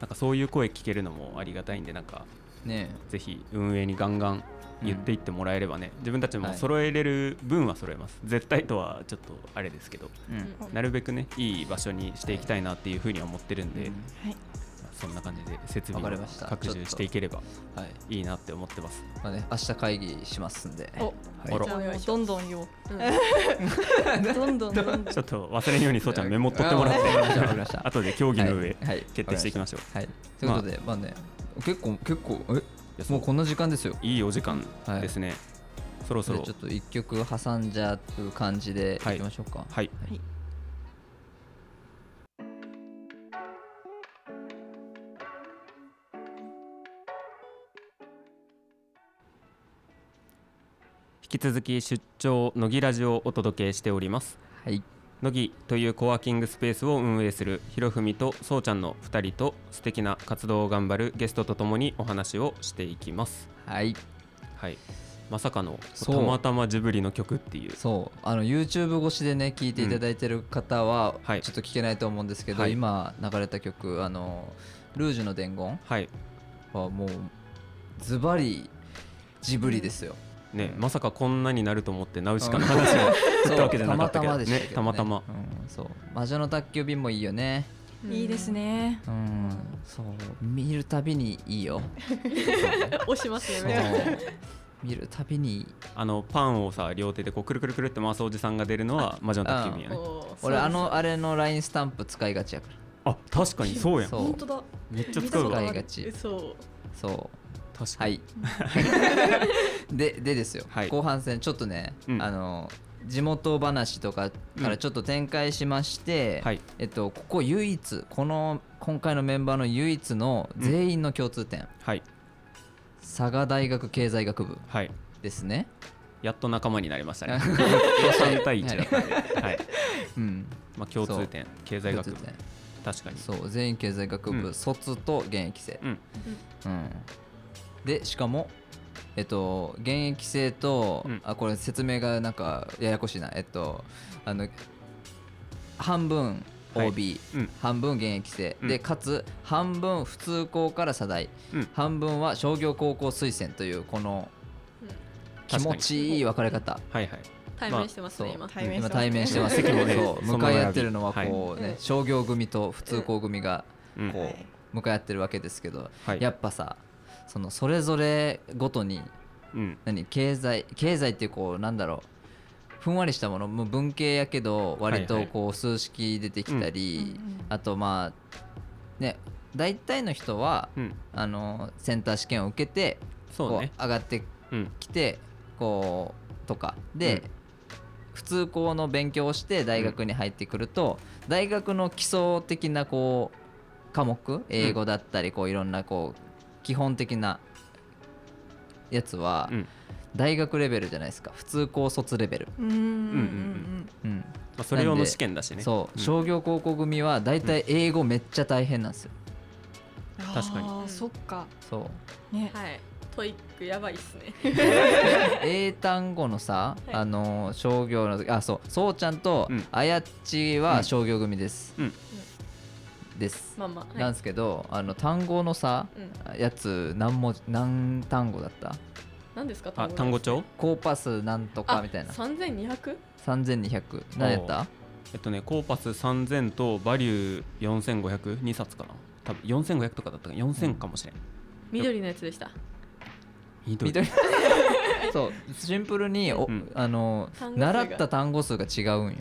S1: なんかそういう声聞けるのもありがたいんでなんか
S2: ね
S1: ぜひ運営にガンガン言っていってもらえればね、自分たちも
S2: はい
S1: 揃えれる分は揃えます、絶対とはちょっとあれですけど
S2: え、うん
S1: なるべくねいい場所にしていきたいなっていうふうには思ってるんで、
S2: うん
S4: はい
S1: まあそんな感じで設
S2: わか
S1: 備
S2: り
S1: を
S2: ました
S1: 拡
S2: ちょっ
S1: 充
S2: と
S1: していければ
S2: はい
S1: いいなって思ってます
S2: まあね、明日会議しますんで。
S4: お
S1: あら
S4: じゃあもうどんどん言おう
S3: うん
S4: どんどんどんどん
S1: ちょっと忘れんようにそうちゃんメモ取ってもらって
S2: わかりましたわかりました
S1: 後で協議の上、
S2: はいはい
S1: 決定していきましょう
S2: はい。ということで、まあね、結構、結構、え、もうこんな時間ですよ。
S1: いいお時間ですね、そろそ
S2: それ
S1: ろ
S2: ちょっと一曲挟んじゃう感じでい
S1: はい
S2: きましょうか。
S1: はい引き続き出張乃木ラジオをお届けしております
S2: はい。
S1: 乃木というコワーキングスペースを運営するひろふみとそうちゃんの2人と素敵な活動を頑張るゲストとともにお話をしていきます
S2: はい。
S1: はいまさかの
S2: そう
S1: たまたまジブリの曲っていう
S2: そう、あの YouTube 越しでね、聞いていただいてる方は、ちょ
S1: はい
S2: っと聞けないと思うんですけど、
S1: はい
S2: 今流れた曲、あの、ルージュの伝言
S1: はい
S2: はもう、ズバリジブリですよ。
S1: ねまさかこんなになると思ってナウシカの話を振
S2: そ
S1: っ
S2: う
S1: たわけじゃなかったけど
S2: またまでしたけどね
S1: たまたま
S2: うん、そう魔女の宅急便もいいよね
S4: いい (laughs) です。ね
S2: うんそう見るたびにいいよ
S3: 押します
S2: そう
S3: ね。めっちゃ
S2: 見るたびに
S1: あのパンをさ両手でこうくるくるくるって回すおじさんが出るのは魔女の宅急便 (laughs) やね
S3: おー
S2: 俺あのあれの LINE スタンプ使いがちやか
S1: あ確かにそうやん
S2: そう
S3: 本当だ。
S1: めっちゃ
S3: 見
S1: 使
S3: たこ
S1: う
S3: とあ
S1: わ
S3: る
S2: 使いがち
S3: そう。
S2: らそう
S1: 確か
S2: は
S1: に、 (laughs)
S2: いででですよ、
S1: はい
S2: 後半戦ちょっとね、
S1: うん
S2: あの地元話とかからちょっと展開しまして、
S1: はい
S2: えっと、ここ唯一この今回のメンバーの唯一の全員の共通点、
S1: はい
S2: 佐賀大学経済学部
S1: はい
S2: ですね。
S1: やっと仲間になりました (laughs)
S2: (laughs)
S1: ね3
S2: 3
S1: 対1だったんで、はい
S2: うん、
S1: まあ、共通点経済学部
S2: 共通点
S1: 確かに
S2: そう全員経済学部、
S1: うん
S2: 卒と現役生、
S1: うん
S2: うんでしかもえっと現役生と、
S1: うん
S2: あこれ説明がなんかややこしいなえっとあの半分 OB、
S1: うん
S2: 半分現役生、
S1: うん
S2: でかつ半分普通校から佐大、
S1: うん
S2: 半分は商業高校推薦というこの気持ちいい分かれ方
S1: はいはい
S3: 対面してます
S2: そう
S3: ね今。
S4: 対面してます
S2: 今対面してます
S1: 席もね
S2: そう
S1: その
S2: 向かい合ってるのはこうね、
S3: はい
S2: 商業組と普通校組が
S1: うん
S2: こう向かい合ってるわけですけど、
S1: はい
S2: やっぱさそのそれぞれごとに
S1: うん
S2: 何経済経済ってこうなんだろうふんわりしたものもう文系やけど割
S1: はい
S2: と
S1: はい
S2: こう数式出てきたり、
S4: うんうん
S2: あとまあね大体の人は
S1: うん
S2: あのセンター試験を受けて
S1: そうね
S2: こう上がって
S1: うん
S2: きてこうとかで、
S1: うん
S2: 普通校の勉強をして大学に入ってくると、大学の基礎的なこう科目英語だったりこういろんなこう基本的なやつは
S1: うん
S2: 大学レベルじゃないですか普通高卒レベル、
S4: うんうん
S1: うん
S2: うん
S1: まあ、それ用の試験だしね
S2: そう、
S1: ん
S2: 商業高校組は大体英語めっちゃ大変なんですよ、
S4: うん
S1: 確かに
S4: あーそっか
S2: そう
S4: ね、
S3: はいトイックやばいっすね
S2: (laughs) 英単語のさ、
S3: はい
S2: あの商業のあそうそうちゃんと
S1: うん
S2: あやっちは商業組です、
S1: うん
S2: です、
S3: まあまあ、
S2: な
S3: は
S2: ん
S3: い
S2: ですけどあの単語のさ
S3: うん、
S2: やつ何文字何単語だった
S3: 何ですか
S1: あ単語帳
S2: コーパスなんとかみたいな
S3: 三千二百
S2: 3200何やった
S1: えっとねコーパス3000とバリュー45002冊かな多分4500とかだったかな4000かもしれん
S3: 緑のやつでした
S1: 緑
S3: (laughs)
S2: 緑そうシンプルにお、
S1: うん
S2: あの
S3: 単語数が
S2: 習った単語数が違うんよ、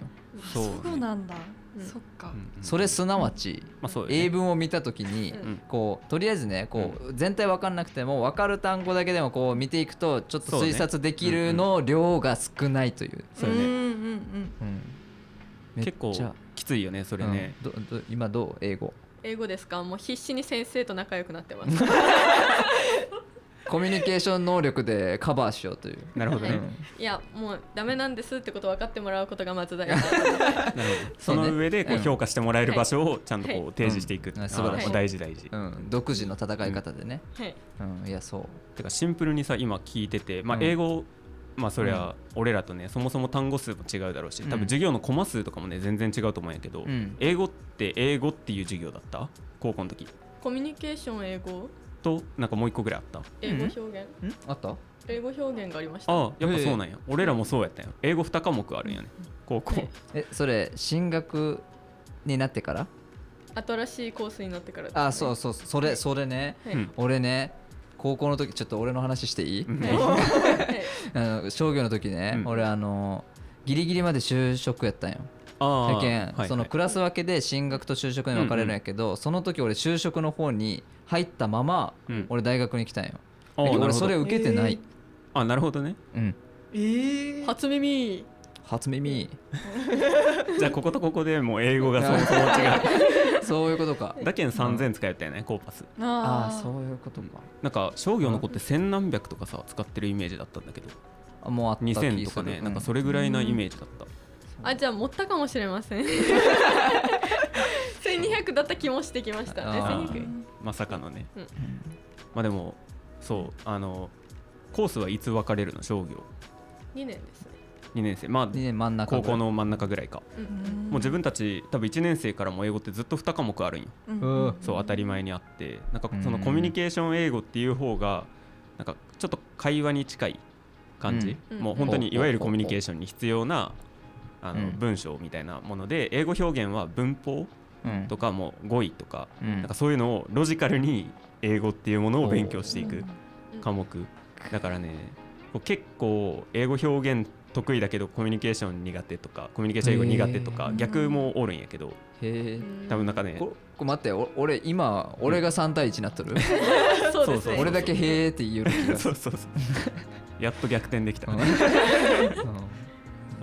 S1: そうね
S4: そうなんだ、
S3: うん
S4: そっ
S1: う
S4: か、
S1: んうん
S2: それすなわち、
S1: まあそうだよね
S2: 英文を見た時に、
S3: うん
S2: こうとりあえずねこう、全体分かんなくても分かる単語だけでもこう見ていくとちょっと
S1: そうね
S2: 推察できるの量が少ないという。
S1: そうよね
S3: んうんうん
S2: うんめっちゃ
S1: 結構きついよねそれね、
S2: うんどど今どう英語
S3: 英語ですかもう必死に先生と仲良くなってます、
S2: (laughs) コミュニケーション能力でカバーしようという。
S1: なるほどね、
S3: はい
S2: うん
S3: いやもうダメなんですってこと分かってもらうことがまず
S2: (laughs)
S3: 大事
S1: なるほどそ
S2: そ
S1: う
S2: ね
S1: の上でこ
S2: う
S1: うん評価してもらえる場所をちゃんとこ
S3: は
S1: う提示していく、
S2: うん
S1: あ
S2: 素晴
S3: らしい
S1: もう大事大事、
S2: うん、独自の戦い方でね、
S3: はい
S2: うんいやそう
S1: てかシンプルにさ今聞いてて、まあ、
S2: うん
S1: 英語、まあそりゃ俺らとねそもそも単語数も違うだろうし
S2: うん
S1: 多分授業のコマ数とかもね全然違うと思うんやけど、
S2: うん
S1: 英語って英語っていう授業だった高校の時
S3: コミュニケーション英語
S1: となんかもう一個ぐらいあった
S3: 英語表現、
S2: んあった
S3: 英語表現がありました
S1: ああやっぱそうなんや俺らもそうやったよ英語2科目あるんやね高校、
S3: はい
S2: えそれ進学になってから
S3: 新しいコースになってからですね、
S2: あそうそうそれそれね
S3: はい、
S1: うん
S2: 俺ね高校の時ちょっと俺の話していい、
S1: うん
S3: は
S2: (laughs)
S3: い
S2: あの商業の時ね、
S1: うん
S2: 俺あのギリギリまで就職やったんよ
S1: ああ
S2: だけん、
S1: はい
S2: そのクラス分けで進学と就職に分かれるんやけど、その時俺就職の方に入ったまま、
S1: うん
S2: 俺大学に来たんよ、
S1: ああ
S2: だけど
S1: なるほ
S2: 俺それ
S1: ど
S2: 受けてない、
S1: あなるほど
S2: (laughs)
S1: ね
S2: うん
S3: 初耳
S2: 初耳
S1: じゃあこことここでもう英語がそも
S2: (laughs)
S1: そも違
S2: そういうことか
S1: うだけん3000使えたよねコーパス
S2: ああ
S4: ああ
S2: そういうことか
S1: なんか商業の子って千何百とかさ使ってるイメージだったんだけど
S2: あもうあった気する
S1: 2000とかね
S2: う
S1: なんかそれぐらいなイメージだった
S3: あじゃあ持ったかもしれ
S2: (laughs)
S3: ません1200だった気もしてきましたね
S2: あー
S3: 1200
S1: まさかのね
S3: うん
S1: まあでもそうあのコースはいつ分かれるの商業
S3: 2年ですね
S1: 2年生ま
S2: 二年真ん
S1: あ
S2: 中
S1: 高
S2: ぐら
S1: 校
S2: い
S1: の真ん中ぐらいか
S3: うんう
S4: うん
S3: ん
S1: もう自分たち多分1年生からも英語ってずっと2科目あるんよ
S4: うん
S2: うん
S1: そう当たり前にあってなんか
S2: うん
S1: そのコミュニケーション英語っていう方がなんかちょっと会話に近い感じ、
S3: うん
S1: もう
S3: うん
S1: 本当
S2: ほうほうほ
S1: に
S2: う
S1: いわゆるコミュニケーションに必要なあの
S2: うん
S1: 文章みたいなもので英語表現は文法
S2: うん
S1: とかもう語彙とか
S2: うん
S1: なんかそういうのをロジカルに英語っていうものを勉強していく
S3: うん
S1: 科目だからねこう結構英語表現得意だけどコミュニケーション苦手とかコミュニケーション英語苦手と
S2: へ
S1: か
S4: ー
S1: 逆もおるんやけど
S2: へえ
S1: 多分なんかね
S2: ここ待ってお俺今俺が3対1になっとる、
S3: (laughs) そうで
S1: そう
S3: すね
S1: そう
S2: 俺だけ「へえ」って言う気がす
S1: そう
S2: る
S1: そうそうやっと逆転できた、
S2: うん
S1: (laughs) ま
S2: うん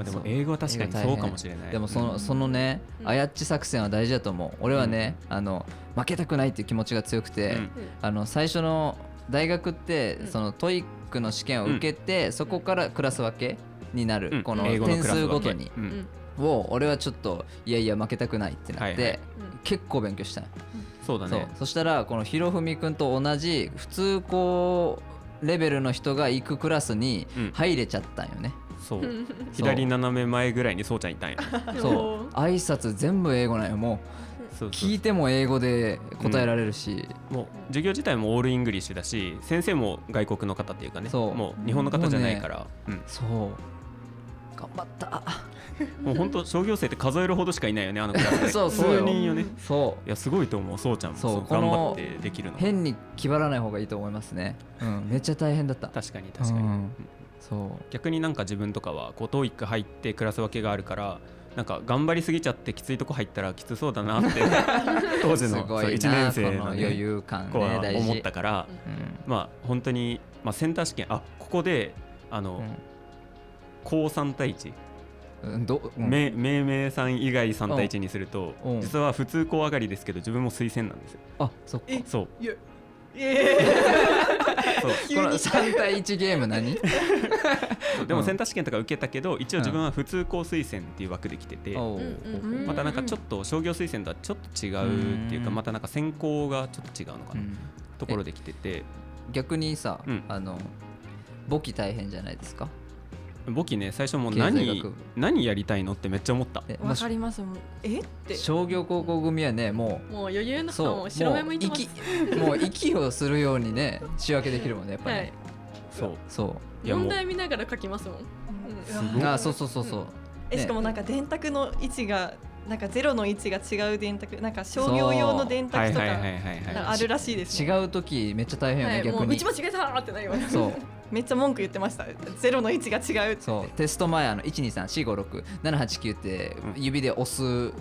S1: あ、で
S2: そう
S1: も英語は確かにそうかもしれない
S2: でもそのそのね
S3: うん
S2: あやっち作戦は大事だと思う俺はね、あの負けたくないっていう気持ちが強く
S1: う
S2: て、
S1: ん
S2: あの最初の大学って、
S3: うん
S2: そのトイックの試験を受けて、そこからクラス分けになる、
S1: うん
S2: この
S1: 英語の
S2: 点
S1: クラス
S2: 数
S1: 分け
S2: ごとに
S1: うん
S3: うん
S2: を俺はちょっといやいや負けたくないってなって、
S1: はいはい
S3: うん
S2: 結構勉強したんよ
S1: そうだね
S2: そうそしたらこのひろふみくんと同じ普通こうレベルの人が行くクラスに
S1: うん
S2: 入れちゃったんよね、
S1: そう
S3: うん
S1: 左斜め前ぐらいにそうちゃんいたんや
S2: そう挨拶全部英語なんよも
S1: そう
S2: う
S1: そう
S2: 聞いても英語で答えられるし、
S1: もう授業自体もオールイングリッシュだし先生も外国の方っていうかね
S2: そう
S1: もう日本の方じゃないからうん
S2: そう頑張った
S1: (laughs) もう本当商業生って数えるほどしかいないよねあのクラスで
S2: そう (laughs) そう
S1: 数
S2: よ
S1: 人よね
S2: そ
S1: いやすごいと思うそうちゃんも
S2: そう
S1: そう
S2: こ
S1: 頑
S2: の
S1: 張ってできる
S2: う
S1: の
S2: 変に気張らない方がいいと思いますね、
S1: (laughs)
S2: うん、めっちゃ大変だった
S1: 確かに確かに、
S2: うん
S1: うん
S2: そ
S1: 逆になんか自分とかはこう TOEIC 入ってクラス分けがあるからなんか頑張りすぎちゃってきついとこ入ったらきつそうだなって
S2: (laughs)
S1: 当
S2: う
S1: 時
S2: す
S1: の
S2: ご
S1: そう
S2: い
S1: 1
S2: な
S1: 年生
S2: この
S1: の,、
S2: 余裕感
S1: 子
S2: ね
S1: は
S2: 大事
S1: 思ったから、
S2: うん
S1: まあ本当にまあセンター試験あここであの、高3対1、
S2: うんどうん
S1: め命名さん以外3対1にすると、
S2: うん
S1: 実は普通高上がりですけど自分も推薦なんですよ
S2: あそっか
S1: そう
S3: いやえ
S1: そう
S2: この3対1ゲー
S1: (laughs)
S2: ム何
S1: そうで
S2: う
S1: も
S2: ん
S1: センター試験とか受けたけど一応自分は普通高推薦っていう枠で来てて、
S2: おう
S3: うんうん
S1: またなんかちょっと商業推薦とはちょっと違うっていうか
S2: うん
S1: またなんか選考がちょっと違うのか
S2: う
S1: な、
S2: ん
S1: ところで来てて
S2: 逆にさ、
S1: うん
S2: あの簿記大変じゃないですか
S1: 簿記ね最初もう
S2: 経済
S1: 何
S2: 学部
S1: 何やりたいのってめっちゃ思った
S2: えまあ
S4: わかりますもんえって
S2: 商業高校組はねもう
S3: もう余裕の
S2: そう
S3: もう白目向いてます
S2: 息 (laughs) もう息をするようにね仕分けできるもんねやっぱり、ね
S3: はい
S1: そう
S2: そ
S1: いやも
S3: 問
S1: う
S3: 題見ながら書きますもん
S4: う
S1: す
S4: ん
S1: ご
S2: う
S1: い
S2: あそうそうそうそう、
S4: え
S2: ね
S4: しかもなんか電卓の位置がなんかゼロの位置が違う電卓なんか商業用の電
S1: は
S4: 卓
S1: い
S4: と
S1: はいはい
S4: か
S1: はい
S4: なん
S1: は
S4: かあるらしいですね、
S2: 違う時めっちゃ大変よね、
S3: はいも
S2: 逆
S3: う
S2: に
S3: 道間違えたーってなります
S2: そう
S4: めっちゃ文句言ってましたゼロの位置が違うって
S2: そうテスト前あの12345678って
S1: うん
S2: 指で押す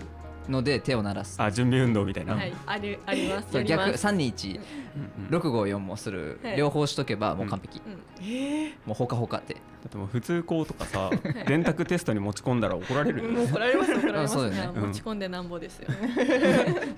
S2: ので手を鳴らす、
S1: いあ準備運動みたいな、
S3: はいあるあります
S2: そう
S3: やり
S2: 逆
S3: ます
S2: 321
S1: うんうんだ
S2: 六五四もする、
S3: はい
S2: 両方しとけばもう完璧、
S3: うん
S4: え
S2: もうほかほか
S3: (laughs)
S2: って
S1: ってもう普通校とかさ電卓テストに持ち込んだら怒られ
S4: ー、
S1: るよ
S4: もう
S1: ね
S4: 怒られます怒られ
S2: あ
S4: ま
S2: そ
S4: す
S2: うだ
S3: い
S2: よ
S3: や
S2: ね
S1: うん
S3: 持ち込んでなんぼですよ、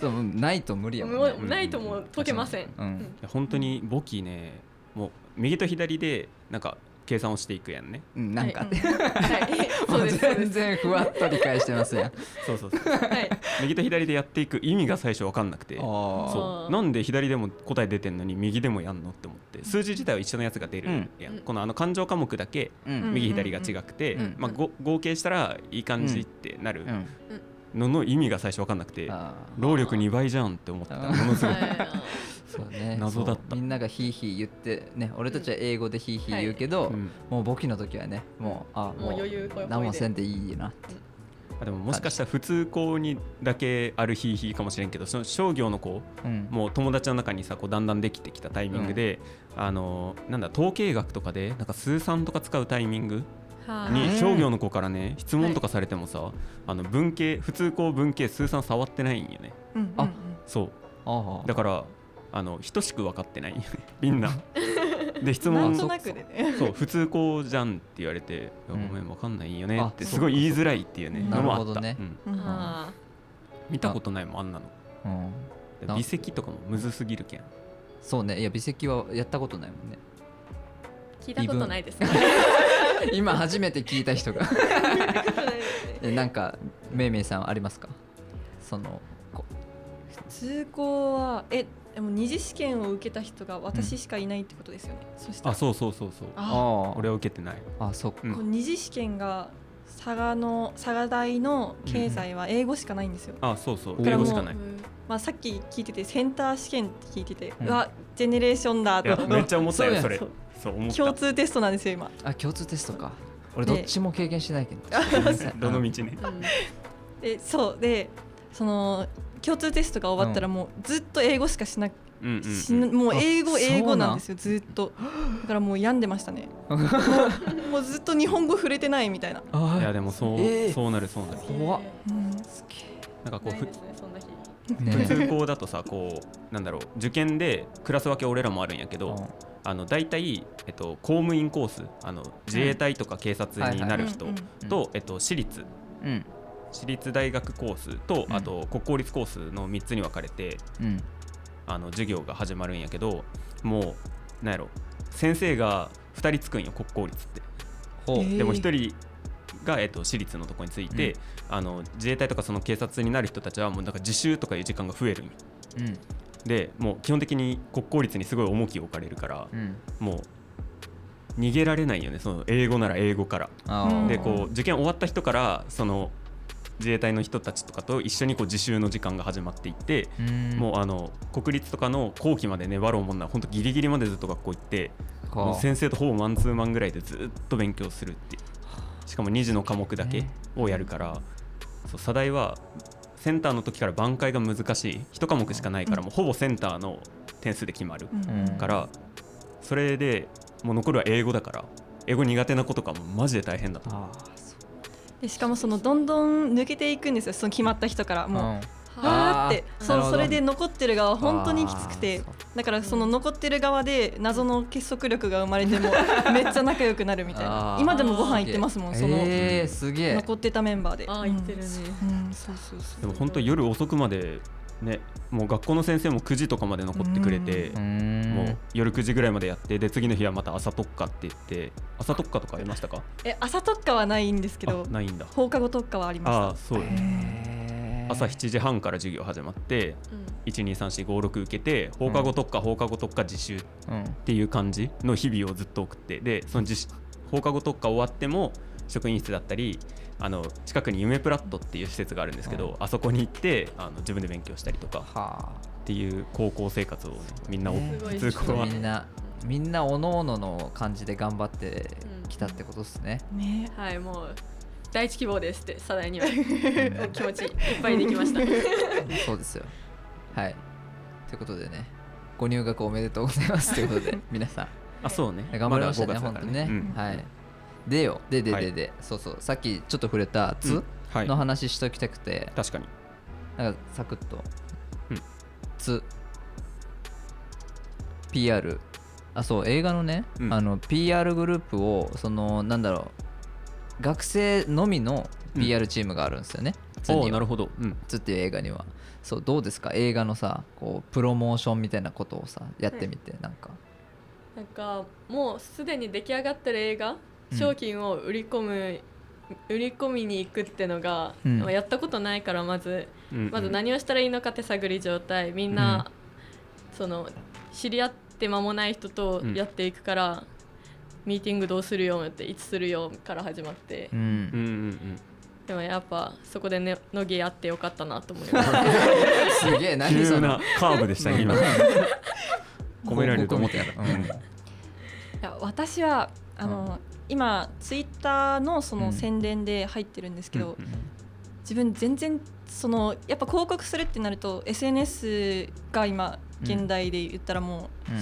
S2: そうもうないと無理やもん、ね、
S3: もうないともう解けません、
S2: うん
S1: いや本当に簿記ねもう右と左でなんか計算をしていくやんね
S2: うんなんか、
S3: はい、はい、そうですそうで
S2: (laughs) 全
S3: す
S2: 然ふわっと理解してますやん
S1: そうそうそう
S2: (laughs)
S3: はい
S1: 右と左でやっていく意味が最初分かんなくて
S2: あー
S1: そうなんで左でも答え出てんのに右でもやんのって思って数字自体は一緒のやつが出るやん、
S3: うん
S1: このあの勘定科目だけ
S2: うん
S1: 右左が違くて、
S2: うん
S1: まあ、ご合計したらいい感じってなる
S2: うん
S1: のの意味が最初分かんなくて、
S2: あー
S1: 労力2倍じゃんって思ってた
S2: あ
S1: も
S2: ー
S1: のすごい
S2: そう
S1: (laughs)
S2: ね
S1: 謎だった
S2: そうみんながヒーヒー言ってね俺たちは英語でヒーヒー言うけど、
S1: うん
S2: もう簿記の時はねもうあ
S3: もう余裕ほいほいで
S2: 何もせんでいいな
S1: あでももしかしたら普通校にだけあるヒーヒーかもしれんけどその商業の子
S2: うん
S1: もう友達の中にさこうだんだんできてきたタイミングで、あのなんだ統計学とかでなんか数三とか使うタイミング
S3: はい
S2: うん
S1: に商業の子からね質問とかされてもさ、あの文系普通こう文系数三触ってないんよね
S4: うんうんうん
S2: あ
S1: そう
S2: ああ
S1: だからあの等しく分かってないんよね (laughs) みんなで質
S4: な
S1: 問
S4: んとなくでね
S1: そう普通こうじゃんって言われて「いやご
S2: うん
S1: めん分かんないよね」って
S2: あ
S1: すごい言いづらいっていうね
S4: そう
S1: のもあ
S2: な
S1: っ
S2: る
S1: た、
S2: ほどね
S1: うん
S4: うん
S3: あ
S1: 見たことないもんあんなの
S2: うん
S1: で
S2: な
S1: 微積とかもむずすぎるけん
S2: そうねいや微積はやったことないもんね
S3: ー (laughs) 聞いたことないですね
S2: 今初めて聞いた
S1: (laughs)
S2: 人がえなんかめいめいさんありますかそのこ
S4: 通行はえでも二次試験を受けた人が私しかいないってことですよね、そした
S1: あ
S4: ら
S1: そうそうそうそう
S4: あ
S2: あ
S1: 俺は受けてない
S2: ああそっか、
S1: うん
S4: こう二次試験が佐賀の佐賀大の経済は英語しかないんですよ、
S1: あそうそう
S2: お
S1: 英語しかない
S4: まあ、さっき聞いててセンター試験って聞いてて、
S2: う
S4: うんわジェネレーションだ
S1: い
S4: と
S1: やめっちゃ思ったよ
S2: そ
S1: そうれ
S2: や
S1: そう思った
S4: 共通テストなんですよ今
S2: あ共通テストか俺
S4: で
S2: どっちも経験してないけどごめんなさい
S1: どの道
S2: (laughs)
S1: ね
S3: うん
S4: でそうでその共通テストが終わったらもうずっと英語しかしな、
S1: うんうんうん
S4: しなもう英語
S2: あ
S4: 英
S2: そう
S4: 語
S2: なん
S4: なんですよずっとだからもう病んでましたねもうもうずっと日本語触れてないみたいな、
S2: あ
S1: いやでもそう、
S2: えー
S1: そうなるそうなる
S2: 怖っ
S4: う
S1: な
S4: ん
S1: んかこう
S3: ない
S1: ふ
S3: ですねそんな日
S2: ね
S1: 普 (laughs) 通校だとさこうなんだろう受験でクラス分け俺らもあるんやけどあの大体、えっと、公務員コースあの自衛隊とか警察になる人
S4: うんうん
S1: と、えっと、私立
S2: うん
S1: 私立大学コースと
S2: うん
S1: あと国公立コースの3つに分かれて
S2: うん
S1: あの授業が始まるんやけどもうなんやろ先生が2人つくんよ国公立って。
S2: ほう、
S4: えー
S1: でも1人が、えっと、私立のとこについて、あの自衛隊とかその警察になる人たちはもうなんか自習とかいう時間が増えるんよ
S2: うん
S1: でもう基本的に国公立にすごい重きを置かれるから
S2: う、ん
S1: もう逃げられないよねその英語なら英語から。
S2: あー
S1: でこう受験終わった人からその自衛隊の人たちとかと一緒にこう自習の時間が始まっていって、
S2: うん
S1: もうあの国立とかの後期まで粘ろうもんなら本当ギリギリまでずっと学校行っても
S2: こ
S1: う
S2: う
S1: 先生とほぼマンツーマンぐらいでずっと勉強するっていうしかも2次の科目だけ
S2: ね
S1: をやるからそう左大はセンターの時から挽回が難しい1科目しかないからもうほぼセンターの点数で決まる
S4: うん
S2: うん
S1: からそれでもう残るは英語だから英語苦手な子とかもマジで大変だと思う
S2: あーそ
S4: でしかもそのどんどん抜けていくんですよその決まった人から
S2: う
S4: もう、
S2: うん
S4: あーって
S2: あー
S4: そ
S2: なる
S4: う
S2: ほど
S4: それで残ってる側は本当にきつく
S2: あ
S4: て
S2: ーそう
S4: だからその残ってる側で謎の結束力が生まれてもめっちゃ仲良くなるみたい
S2: あ
S4: な
S2: ー
S4: 今でもご飯行ってますもんその
S2: えー、すげえ
S4: 残ってたメンバーで
S3: ああ言ってるね
S4: うんそうそうそう
S1: でも本当夜遅くまでね、もう学校の先生も9時とかまで残ってくれて、もう夜9時ぐらいまでやってで次の日はまた朝特化って言って朝特化とかありましたか
S4: え朝特化はないんですけ
S1: あ
S4: ど
S1: ないんだ
S4: 放課後特化はありま
S1: ああそう朝7時半から授業始まって123456受けて放課後特化、放課後特化実習っ
S2: うん
S1: ていう感じの日々をずっと送ってでその実習放課後特化終わっても職員室だったりあの近くに夢プラットっていう施設があるんですけど、あそこに行ってあの自分で勉強したりとか
S2: はあ
S1: っていう高校生活をね、みんなお
S2: ね
S3: すごい
S1: 通
S2: ちょっと
S1: 行は
S2: みんなみんなおのおのの感じで頑張ってきたってことです
S4: (laughs)
S2: ね、
S4: すね
S3: はいもう第一希望ですってさらには気持ちいっぱいできま (laughs) した。
S2: そうですよはいということでねご入学おめでとうございますということで皆さん
S1: あそうね
S2: 頑張りましたね、
S1: だ5月だ
S2: 本
S1: か
S2: 当
S1: ら
S2: にね、
S1: うん
S2: はい。でよ、でで
S1: はい
S2: でで、そうそう、さっきちょっと触れた
S1: う
S2: 「つ
S1: ん」はい
S2: の話しときたくて、
S1: 確かに
S2: なんかサクッと
S1: うん
S2: 「つ」PR あそう映画のね、
S1: うん
S2: あの PR グループをそのなんだろう学生のみの PR チームがあるんですよね、つに
S1: お
S2: は
S1: おなるほど、うん、
S2: つっていう映画にはそうどうですか映画のさこうプロモーションみたいなことをさやってみて、なんか
S3: なんかもうすでに出来上がってる映画、
S2: うん
S3: 商品を売り込む売り込みに行くってのが、
S2: うん
S3: まあやったことないからまず
S1: うんうん
S3: まず何をしたらいいのか手探り状態みんな、その知り合って間もない人とやっていくから、ミーティングどうするよっていつするよから始まって、
S2: うん、
S1: うんうん (laughs) うん
S3: でもやっぱそこでねのぎあってよかったなと思います
S1: (laughs)
S2: すげえ何
S1: 急
S2: その
S1: なカーブでした (laughs)
S2: (laughs)
S1: ね今込められると思ってなかった
S2: 広告みたいな
S4: うんいや私はあの、今ツイッターのそ
S2: うん
S4: の宣伝で入ってるんですけど、
S1: うん
S4: 自分全然そのやっぱ広告するってなると SNS が今現代で言ったらもう、
S2: うん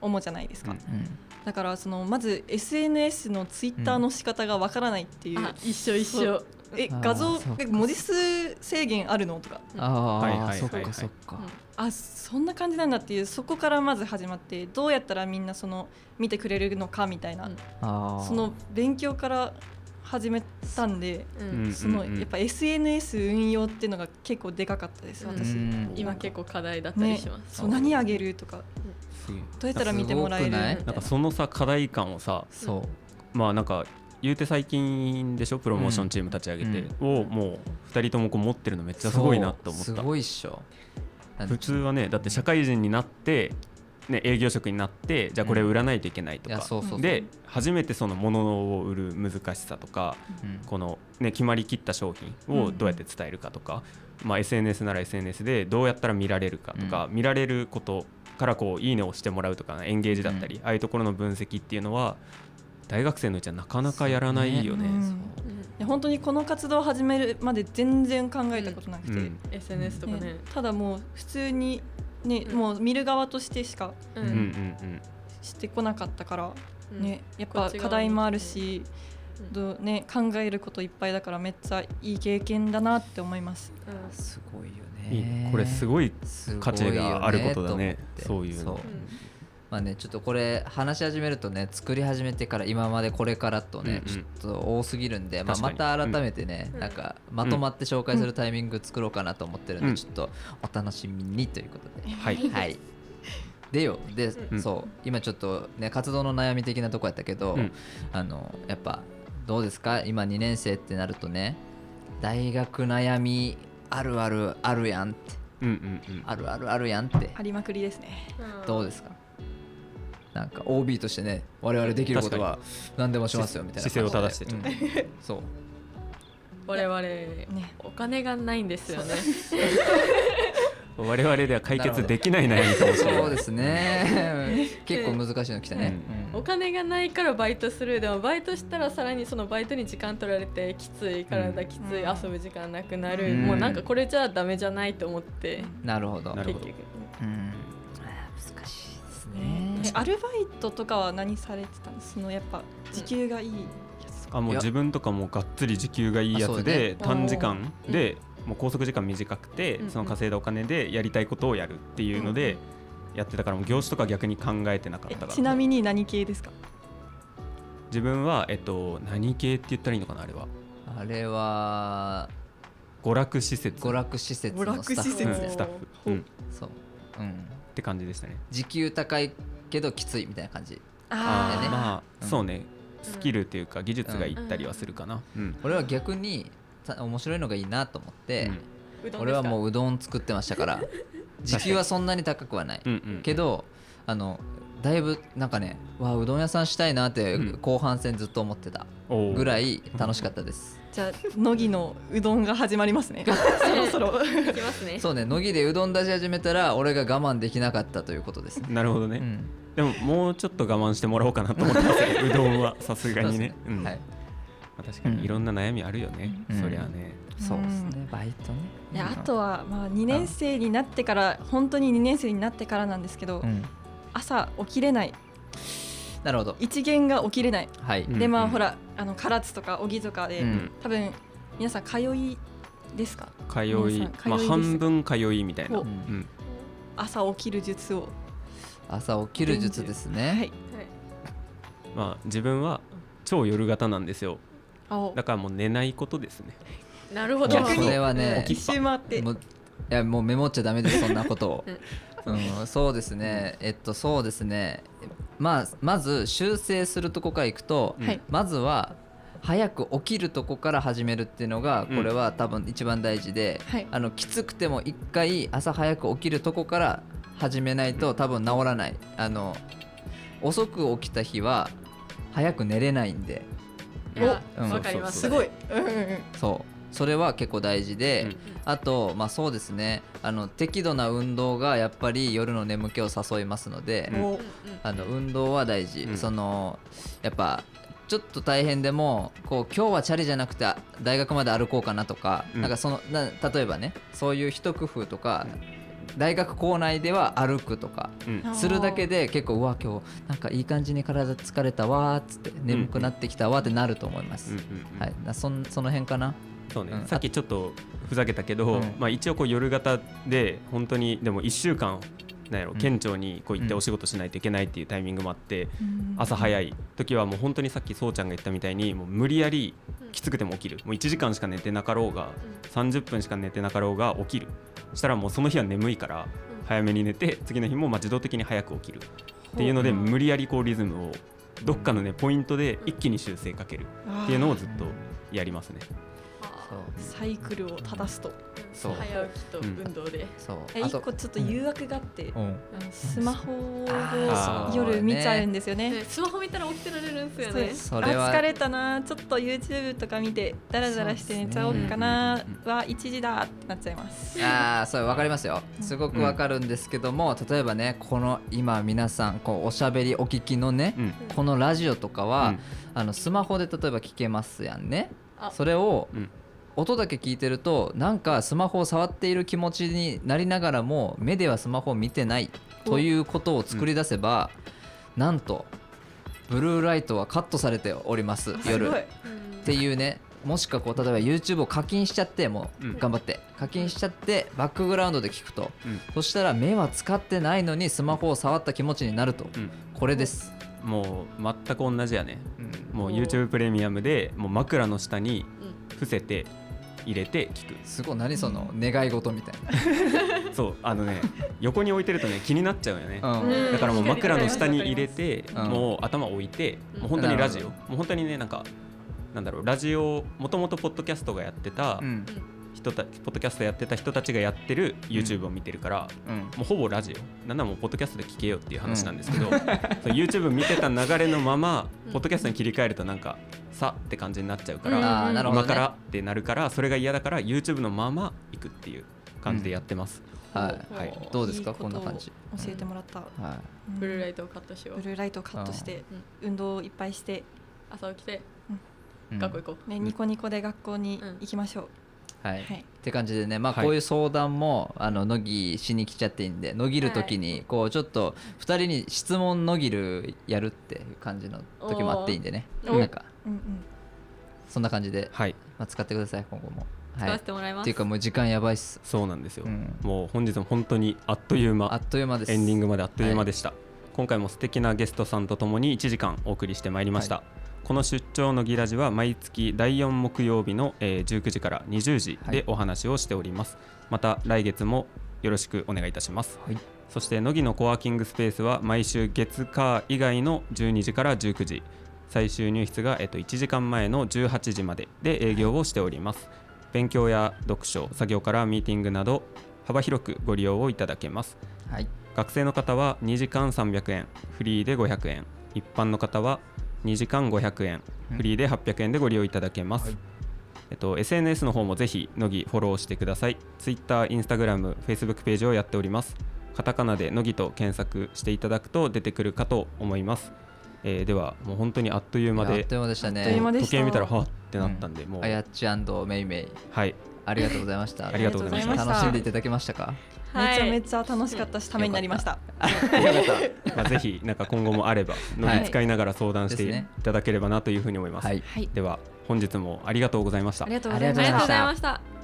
S4: 主じゃないですか、
S1: うん
S2: うん
S4: だからそのまず SNS のツイッターの仕方がわからないっていう、
S3: あ一緒一緒
S4: え
S2: あー
S4: 画像
S2: そうか
S4: え文字数制限あるのとか
S3: うん
S2: ああ、
S1: はいはいはいはい
S2: そっかそっか、
S4: あそんな感じなんだっていうそこからまず始まってどうやったらみんなその見てくれるのかみたいな、
S3: うん
S2: ああ
S4: その勉強から始めたんで、
S3: うん
S1: うん
S4: そのやっぱ SNS 運用っていうのが結構でかかったです
S3: うん
S4: 私、
S2: うん
S3: 今結構課題だったり
S4: ね
S3: します、
S4: そう何あげるとか
S1: すげえ
S4: どうやったら見てもらえる
S2: すごくない
S4: みた
S1: なん
S4: い
S1: かそのさ課題感をさ
S2: そう、
S1: まあなんか言うて最近でしょプロモーションチーム立ち上げて、をもう2人ともこう持ってるのめっちゃすごいなと思っ
S2: そうす
S1: た
S2: ごいっしょなんで
S1: 普通はねだって社会人になって、ね、営業職になってじゃあこれ売らないといけないと
S2: い
S1: か、
S2: やそうそうそう
S1: で初めてその物を売る難しさとか
S2: うん
S1: この、ね、決まりきった商品をどうやって伝えるかとか、まあ、SNS なら SNS でどうやったら見られるかとか、見られることからこういいねをしてもらうとかエンゲージだったり、ああいうところの分析っていうのは大学生のうちはなかなかやらないよね。
S4: うん
S2: そう
S4: いや本当にこの活動を始めるまで全然考えたことなくて、
S1: うん
S4: ね
S3: SNS とかね、
S4: ただもう普通に、ね
S3: うん
S4: もう見る側としてしか
S3: う
S1: うんうんうん
S4: してこなかったから、
S3: うん
S4: ね、やっ
S3: こ
S4: ぱ
S3: っち側に
S4: 課題もあるし、
S3: うん
S4: どうね、考えることいっぱいだからめっちゃいい経験だなって思います。
S3: うん
S2: すごいよね
S1: いいねこれすごい
S2: すごい
S1: 価値があることだね
S2: よ
S1: そういう
S2: と
S1: の
S2: 思ってまあねちょっとこれ話し始めるとね作り始めてから今までこれからとね、
S1: うんうん
S2: ちょっと多すぎるんで、まあ、
S1: 確か
S2: ま
S1: に
S2: た改めてね、
S3: うん
S2: なんかまとまって紹介するタイミング作ろうかなと思ってるんで、
S1: うん
S2: ちょっとお楽しみにということで、
S1: はい
S2: はいでよで、
S1: ん
S2: そう今ちょっとね活動の悩み的なとこやったけど、
S1: うん
S2: あのやっぱどうですか今2年生ってなるとね大学悩みあるあるあるやんって
S1: うんうん
S2: あるあるあるやんって
S4: ありまくりですね。
S3: うん
S2: どうですかなんか OB としてね我々できることは何でもしますよみたいな
S1: 姿勢を正してちょっ
S2: 感
S1: と
S2: じでうんそう
S3: 我々
S4: ね、
S3: お金がないんですよね。
S1: うん我々では解決できない悩みかもしれない
S2: そうですね結構難しいの来たね、
S3: お金がないからバイトするでもバイトしたらさらにそのバイトに時間取られてきつい体きつい、
S4: うん
S3: 遊ぶ時間なくなる、
S2: うん
S3: もうなんかこれじゃダメじゃないと思って、
S2: なるほど
S1: なる
S3: 結
S1: ほど
S3: 局
S2: うんあー難しいですね
S4: えアルバイトとかは何されてたんですそのやっぱ時給がいいやつとか。
S1: あもう自分とかもうがっつり時給がいいやつで、
S4: あそうね
S1: 短時間でもう拘束時間短くて、
S3: うん
S1: その稼いだお金でやりたいことをやるっていうので、やってたからもう業種とか逆に考えてなかっ
S4: え
S1: たから
S4: ちなみに何系ですか。
S1: 自分は、えっと、何系って言ったらいいのかなあれは
S2: あれは
S1: 5娯楽施設
S2: 娯楽施設のスタッフ
S4: 娯楽施設
S1: うん
S2: で
S1: ス
S2: す
S1: タッフ、う
S3: ほう
S1: んっ
S2: そう、うん、
S1: て感じでしたね
S2: 時給高いけどきついみたいな感じ
S1: あ
S2: ー
S1: ー
S2: ね
S1: まあ、
S2: うん
S1: そうねスキルというか技術がいったりはするかな、うん
S2: 俺は逆にた面白いのがいいなと思って、
S3: うどん
S2: 俺はも
S3: う
S2: ううどん作ってましたから時給はそんなに高くはない、
S1: うんうん
S2: けどあのだいぶなんかねわあうどん屋さんしたいなって
S1: うん
S2: 後半戦ずっと思ってた
S1: おー
S2: ぐらい楽しかったです、
S4: じゃあ乃木のうどんが始まりますねそろそろ
S3: (laughs) 行きますね
S2: そうね乃木でうどん出し始めたら俺が我慢できなかったということですね、
S1: なるほど
S2: う
S1: ね、
S2: ん、
S1: でももうちょっと我慢してもらおうかなと思ってますようどんはさすがにね
S2: そうです
S1: うん
S2: はい
S1: まあ確かにいろんな悩みあるよね、
S2: うん
S1: そりゃあね
S2: そうですねバイトね
S4: いやあとはまあ2年生になってから本当に2年生になってからなんですけど、
S2: うん
S4: 朝起きれない
S2: なるほど
S4: 一限が起きれない、
S2: はい、
S1: うん
S4: でまあほらあの唐津とか荻とかで、
S2: うん
S4: 多分皆さん通いですか
S1: 通い
S4: 皆さん通い
S1: まあ
S4: です
S1: 半分通いみたいな、
S4: お
S1: うん
S4: 朝起きる術を
S2: 朝起きる術ですね、
S4: はい
S1: まあ自分は超夜型なんですよ
S4: 青
S1: だからもう寝ないことですね
S3: なるほど
S4: 逆に
S2: それはね
S4: 一周回って
S2: もういやもうメモっちゃダメですそんなこと
S4: (laughs)
S2: を、うん、そうですねえっとそうですねまあまず修正するとこからいくと、
S1: うん
S4: はい
S2: まずは早く起きるとこから始めるっていうのが
S1: うん
S2: これは多分一番大事で、
S4: はい
S2: あのきつくても一回朝早く起きるとこから始めないと多分治らないあの遅く起きた日は早く寝れないんで
S3: いや
S2: おうん
S3: わかります
S4: すごい、うんうんうん、
S2: そうそれは結構大事で、
S1: うん
S2: あとまあそうですねあの適度な運動がやっぱり夜の眠気を誘いますので、
S1: うん
S4: お
S2: あの運動は大事、
S1: うん
S2: そのやっぱちょっと大変でもこう今日はチャリじゃなくてあ大学まで歩こうかなとか,、
S1: うん
S2: なんかそのな例えばねそういう一工夫とか、大学構内では歩くとか
S1: うん
S4: あー
S2: するだけで結構うわ今日なんかいい感じに体疲れたわーっつって眠くなってきたわーってなると思います、
S1: うんうんうん
S2: はい、なそんその辺かな
S1: そうね、
S2: うん
S1: さっきちょっとふざけたけど、
S2: うん
S1: まあ、一応こう夜型で本当にでも1週間なんやろ
S2: うん
S1: 県庁にこう行って
S2: うん
S1: お仕事しないといけないっていうタイミングもあって、
S4: うん
S1: 朝早い時はもう本当にさっきそうちゃんが言ったみたいにもう無理やりきつくても起きるもう1時間しか寝てなかろうが30分しか寝てなかろうが起きるしたらもうその日は眠いから
S3: うん
S1: 早めに寝て次の日もまあ自動的に早く起きるっていうので
S4: うん
S1: 無理やりこうリズムをどっかのねポイントで一気に修正かけるっていうのをずっとやりますね。
S2: そう
S4: サイクルを正すと
S2: そう
S3: 早起きと運動で
S2: そう
S4: え一個ちょっと誘惑があって、
S2: うん
S4: あのスマホを
S1: あー
S4: 夜見ちゃうんですよね
S3: ねスマホ見たら起きてられるんですよ
S4: そう
S3: ね
S2: それは
S4: あ疲れたなちょっと YouTube とか見てダラダラして寝ちゃおうか
S1: そ
S4: な
S1: うですね
S4: は1時だってなっちゃいます。
S2: ああそうわかりますよすごくわかるんですけども、例えばねこの今皆さんこうおしゃべりお聞きのね、
S1: うん
S2: このラジオとか
S1: う
S2: は
S1: ん、
S2: あのスマホで例えば聞けますやんね
S3: あ
S2: それを、
S1: うん
S2: 音だけ聞いてるとなんかスマホを触っている気持ちになりながらも目ではスマホを見てないということを作り出せば、なんとブルーライトはカットされております
S4: す
S2: 夜
S4: ごい
S2: っていうねもしくはこう例えば YouTube を課金しちゃっても
S1: うん
S2: う頑張って課金しちゃってバックグラウンドで聞くと、
S1: うん
S2: そしたら目は使ってないのにスマホを触った気持ちになると、
S1: うん
S2: これです、
S1: もう全く同じやねもう
S3: おー
S1: YouTube プレミアムでもう枕の下に
S3: うん
S1: 伏せて入れて聞く
S2: すごい何その願い事みたい
S1: そうあのね横に置いてると
S2: (laughs)
S1: ね気になっちゃうよね、
S2: な、うん
S3: うん
S1: だからもう枕の下に入れ
S4: わ
S1: て、
S2: うん
S1: もう頭置いて、
S3: うん
S1: もう本当にラジ
S2: な
S1: オ
S2: る
S1: もう本当にねなんかなんだろうラジオもともとポッドキャストがやってた
S2: うん
S1: 人た、ポッドキャストやってた人たちがやってる YouTube を見てるから、
S2: うん
S1: もうほぼラジオなんならもうポッドキャストで聞けよっていう話なんですけど、
S2: (laughs)
S1: そう YouTube 見てた流れのまま
S3: うん
S1: ポッドキャストに切り替えるとなんかさって感じになっちゃうか
S4: うん
S1: ら、
S2: ああなるほど、
S1: 今
S2: ね、
S1: からってなるからそれが嫌だから YouTube のまま行くっていう感じでやってます、
S2: はい
S1: はい
S4: おー
S2: どうですか
S4: こと
S2: こ
S4: を
S2: んな感じ
S4: 教えてもらった。
S2: は
S3: ブルーライ
S4: ト。
S3: トをカットしよう
S4: ブルーライトをカットして
S3: うん、
S4: 運動をいっぱいして、
S3: 朝起きて
S2: い、うん
S3: 学校行こう
S4: ねニコニコで学校に行きましょう。
S2: はい、
S4: はい。
S2: って感じでね、まあ、
S1: はい
S2: こういう相談も、あの乃木しに来ちゃっていいんで乃木る時にこうちょっと2人に質問乃木るやるっていう感じの時もあっていいんでね
S3: おー
S2: なんか
S4: うんうん。
S2: そんな感じで、
S1: はい
S2: まあ、使ってください今後も。
S3: 使
S2: は
S3: わ
S2: い、っ
S3: せてもらいま
S2: て
S3: す
S2: いうかもう時間やばいっす。
S1: そうなんですよ、
S2: うん
S1: もう本日も本当にあっという
S2: あ
S1: 間
S2: っという間です。
S1: エンディングまであっという間でした、今回も素敵なゲストさんとともに1時間お送りしてまいりました、この出張のギラジは毎月第4木曜日の、えー19時から20時
S2: はい
S1: でお話をしております、また来月もよろしくお願いいたします、
S2: はい
S1: そして乃木のコワーキングスペースは毎週月火以外の12時から19時最終入室が、えっと、1時間前の18時までで営業をしております勉強や読書作業からミーティングなど幅広くご利用をいただけます
S2: はい
S1: 学生の方は2時間300円フリーで500円一般の方は2時間500円
S2: うん
S1: フリーで800円でご利用いただけます、えっと、SNS の方もぜひ乃木フォローしてください Twitter、Instagram、Facebook ページをやっておりますカタカナで乃木と検索していただくと出てくるかと思います、えーではもう本当にあっという間
S2: あっ
S1: で
S2: という間でした
S4: あっという間
S2: ね
S4: で
S1: 時
S4: した
S1: 計見たらはっってなったんで、もう
S2: あやっちメイメイ
S4: (laughs)
S1: はい
S2: ありがとうございまし
S1: (laughs)
S2: た
S1: ありがとうございま
S4: した
S2: 楽しんでいただけましたか
S4: めちゃめ
S3: ゃ
S4: ちゃ楽しかったし、ためになりました。
S2: よかっ
S1: まあ、ぜひなんか今後もあれば乃木使いながら相談して
S2: です
S1: い
S2: ね
S1: ただければなというふうに思います、
S2: たはい
S4: はい、
S1: では本日もありがとうございました
S4: ありがとう
S2: うご
S4: ご
S2: ざ
S4: ざ
S2: い
S4: い
S2: ま
S4: ま
S2: し
S4: したた
S3: ありがとうございました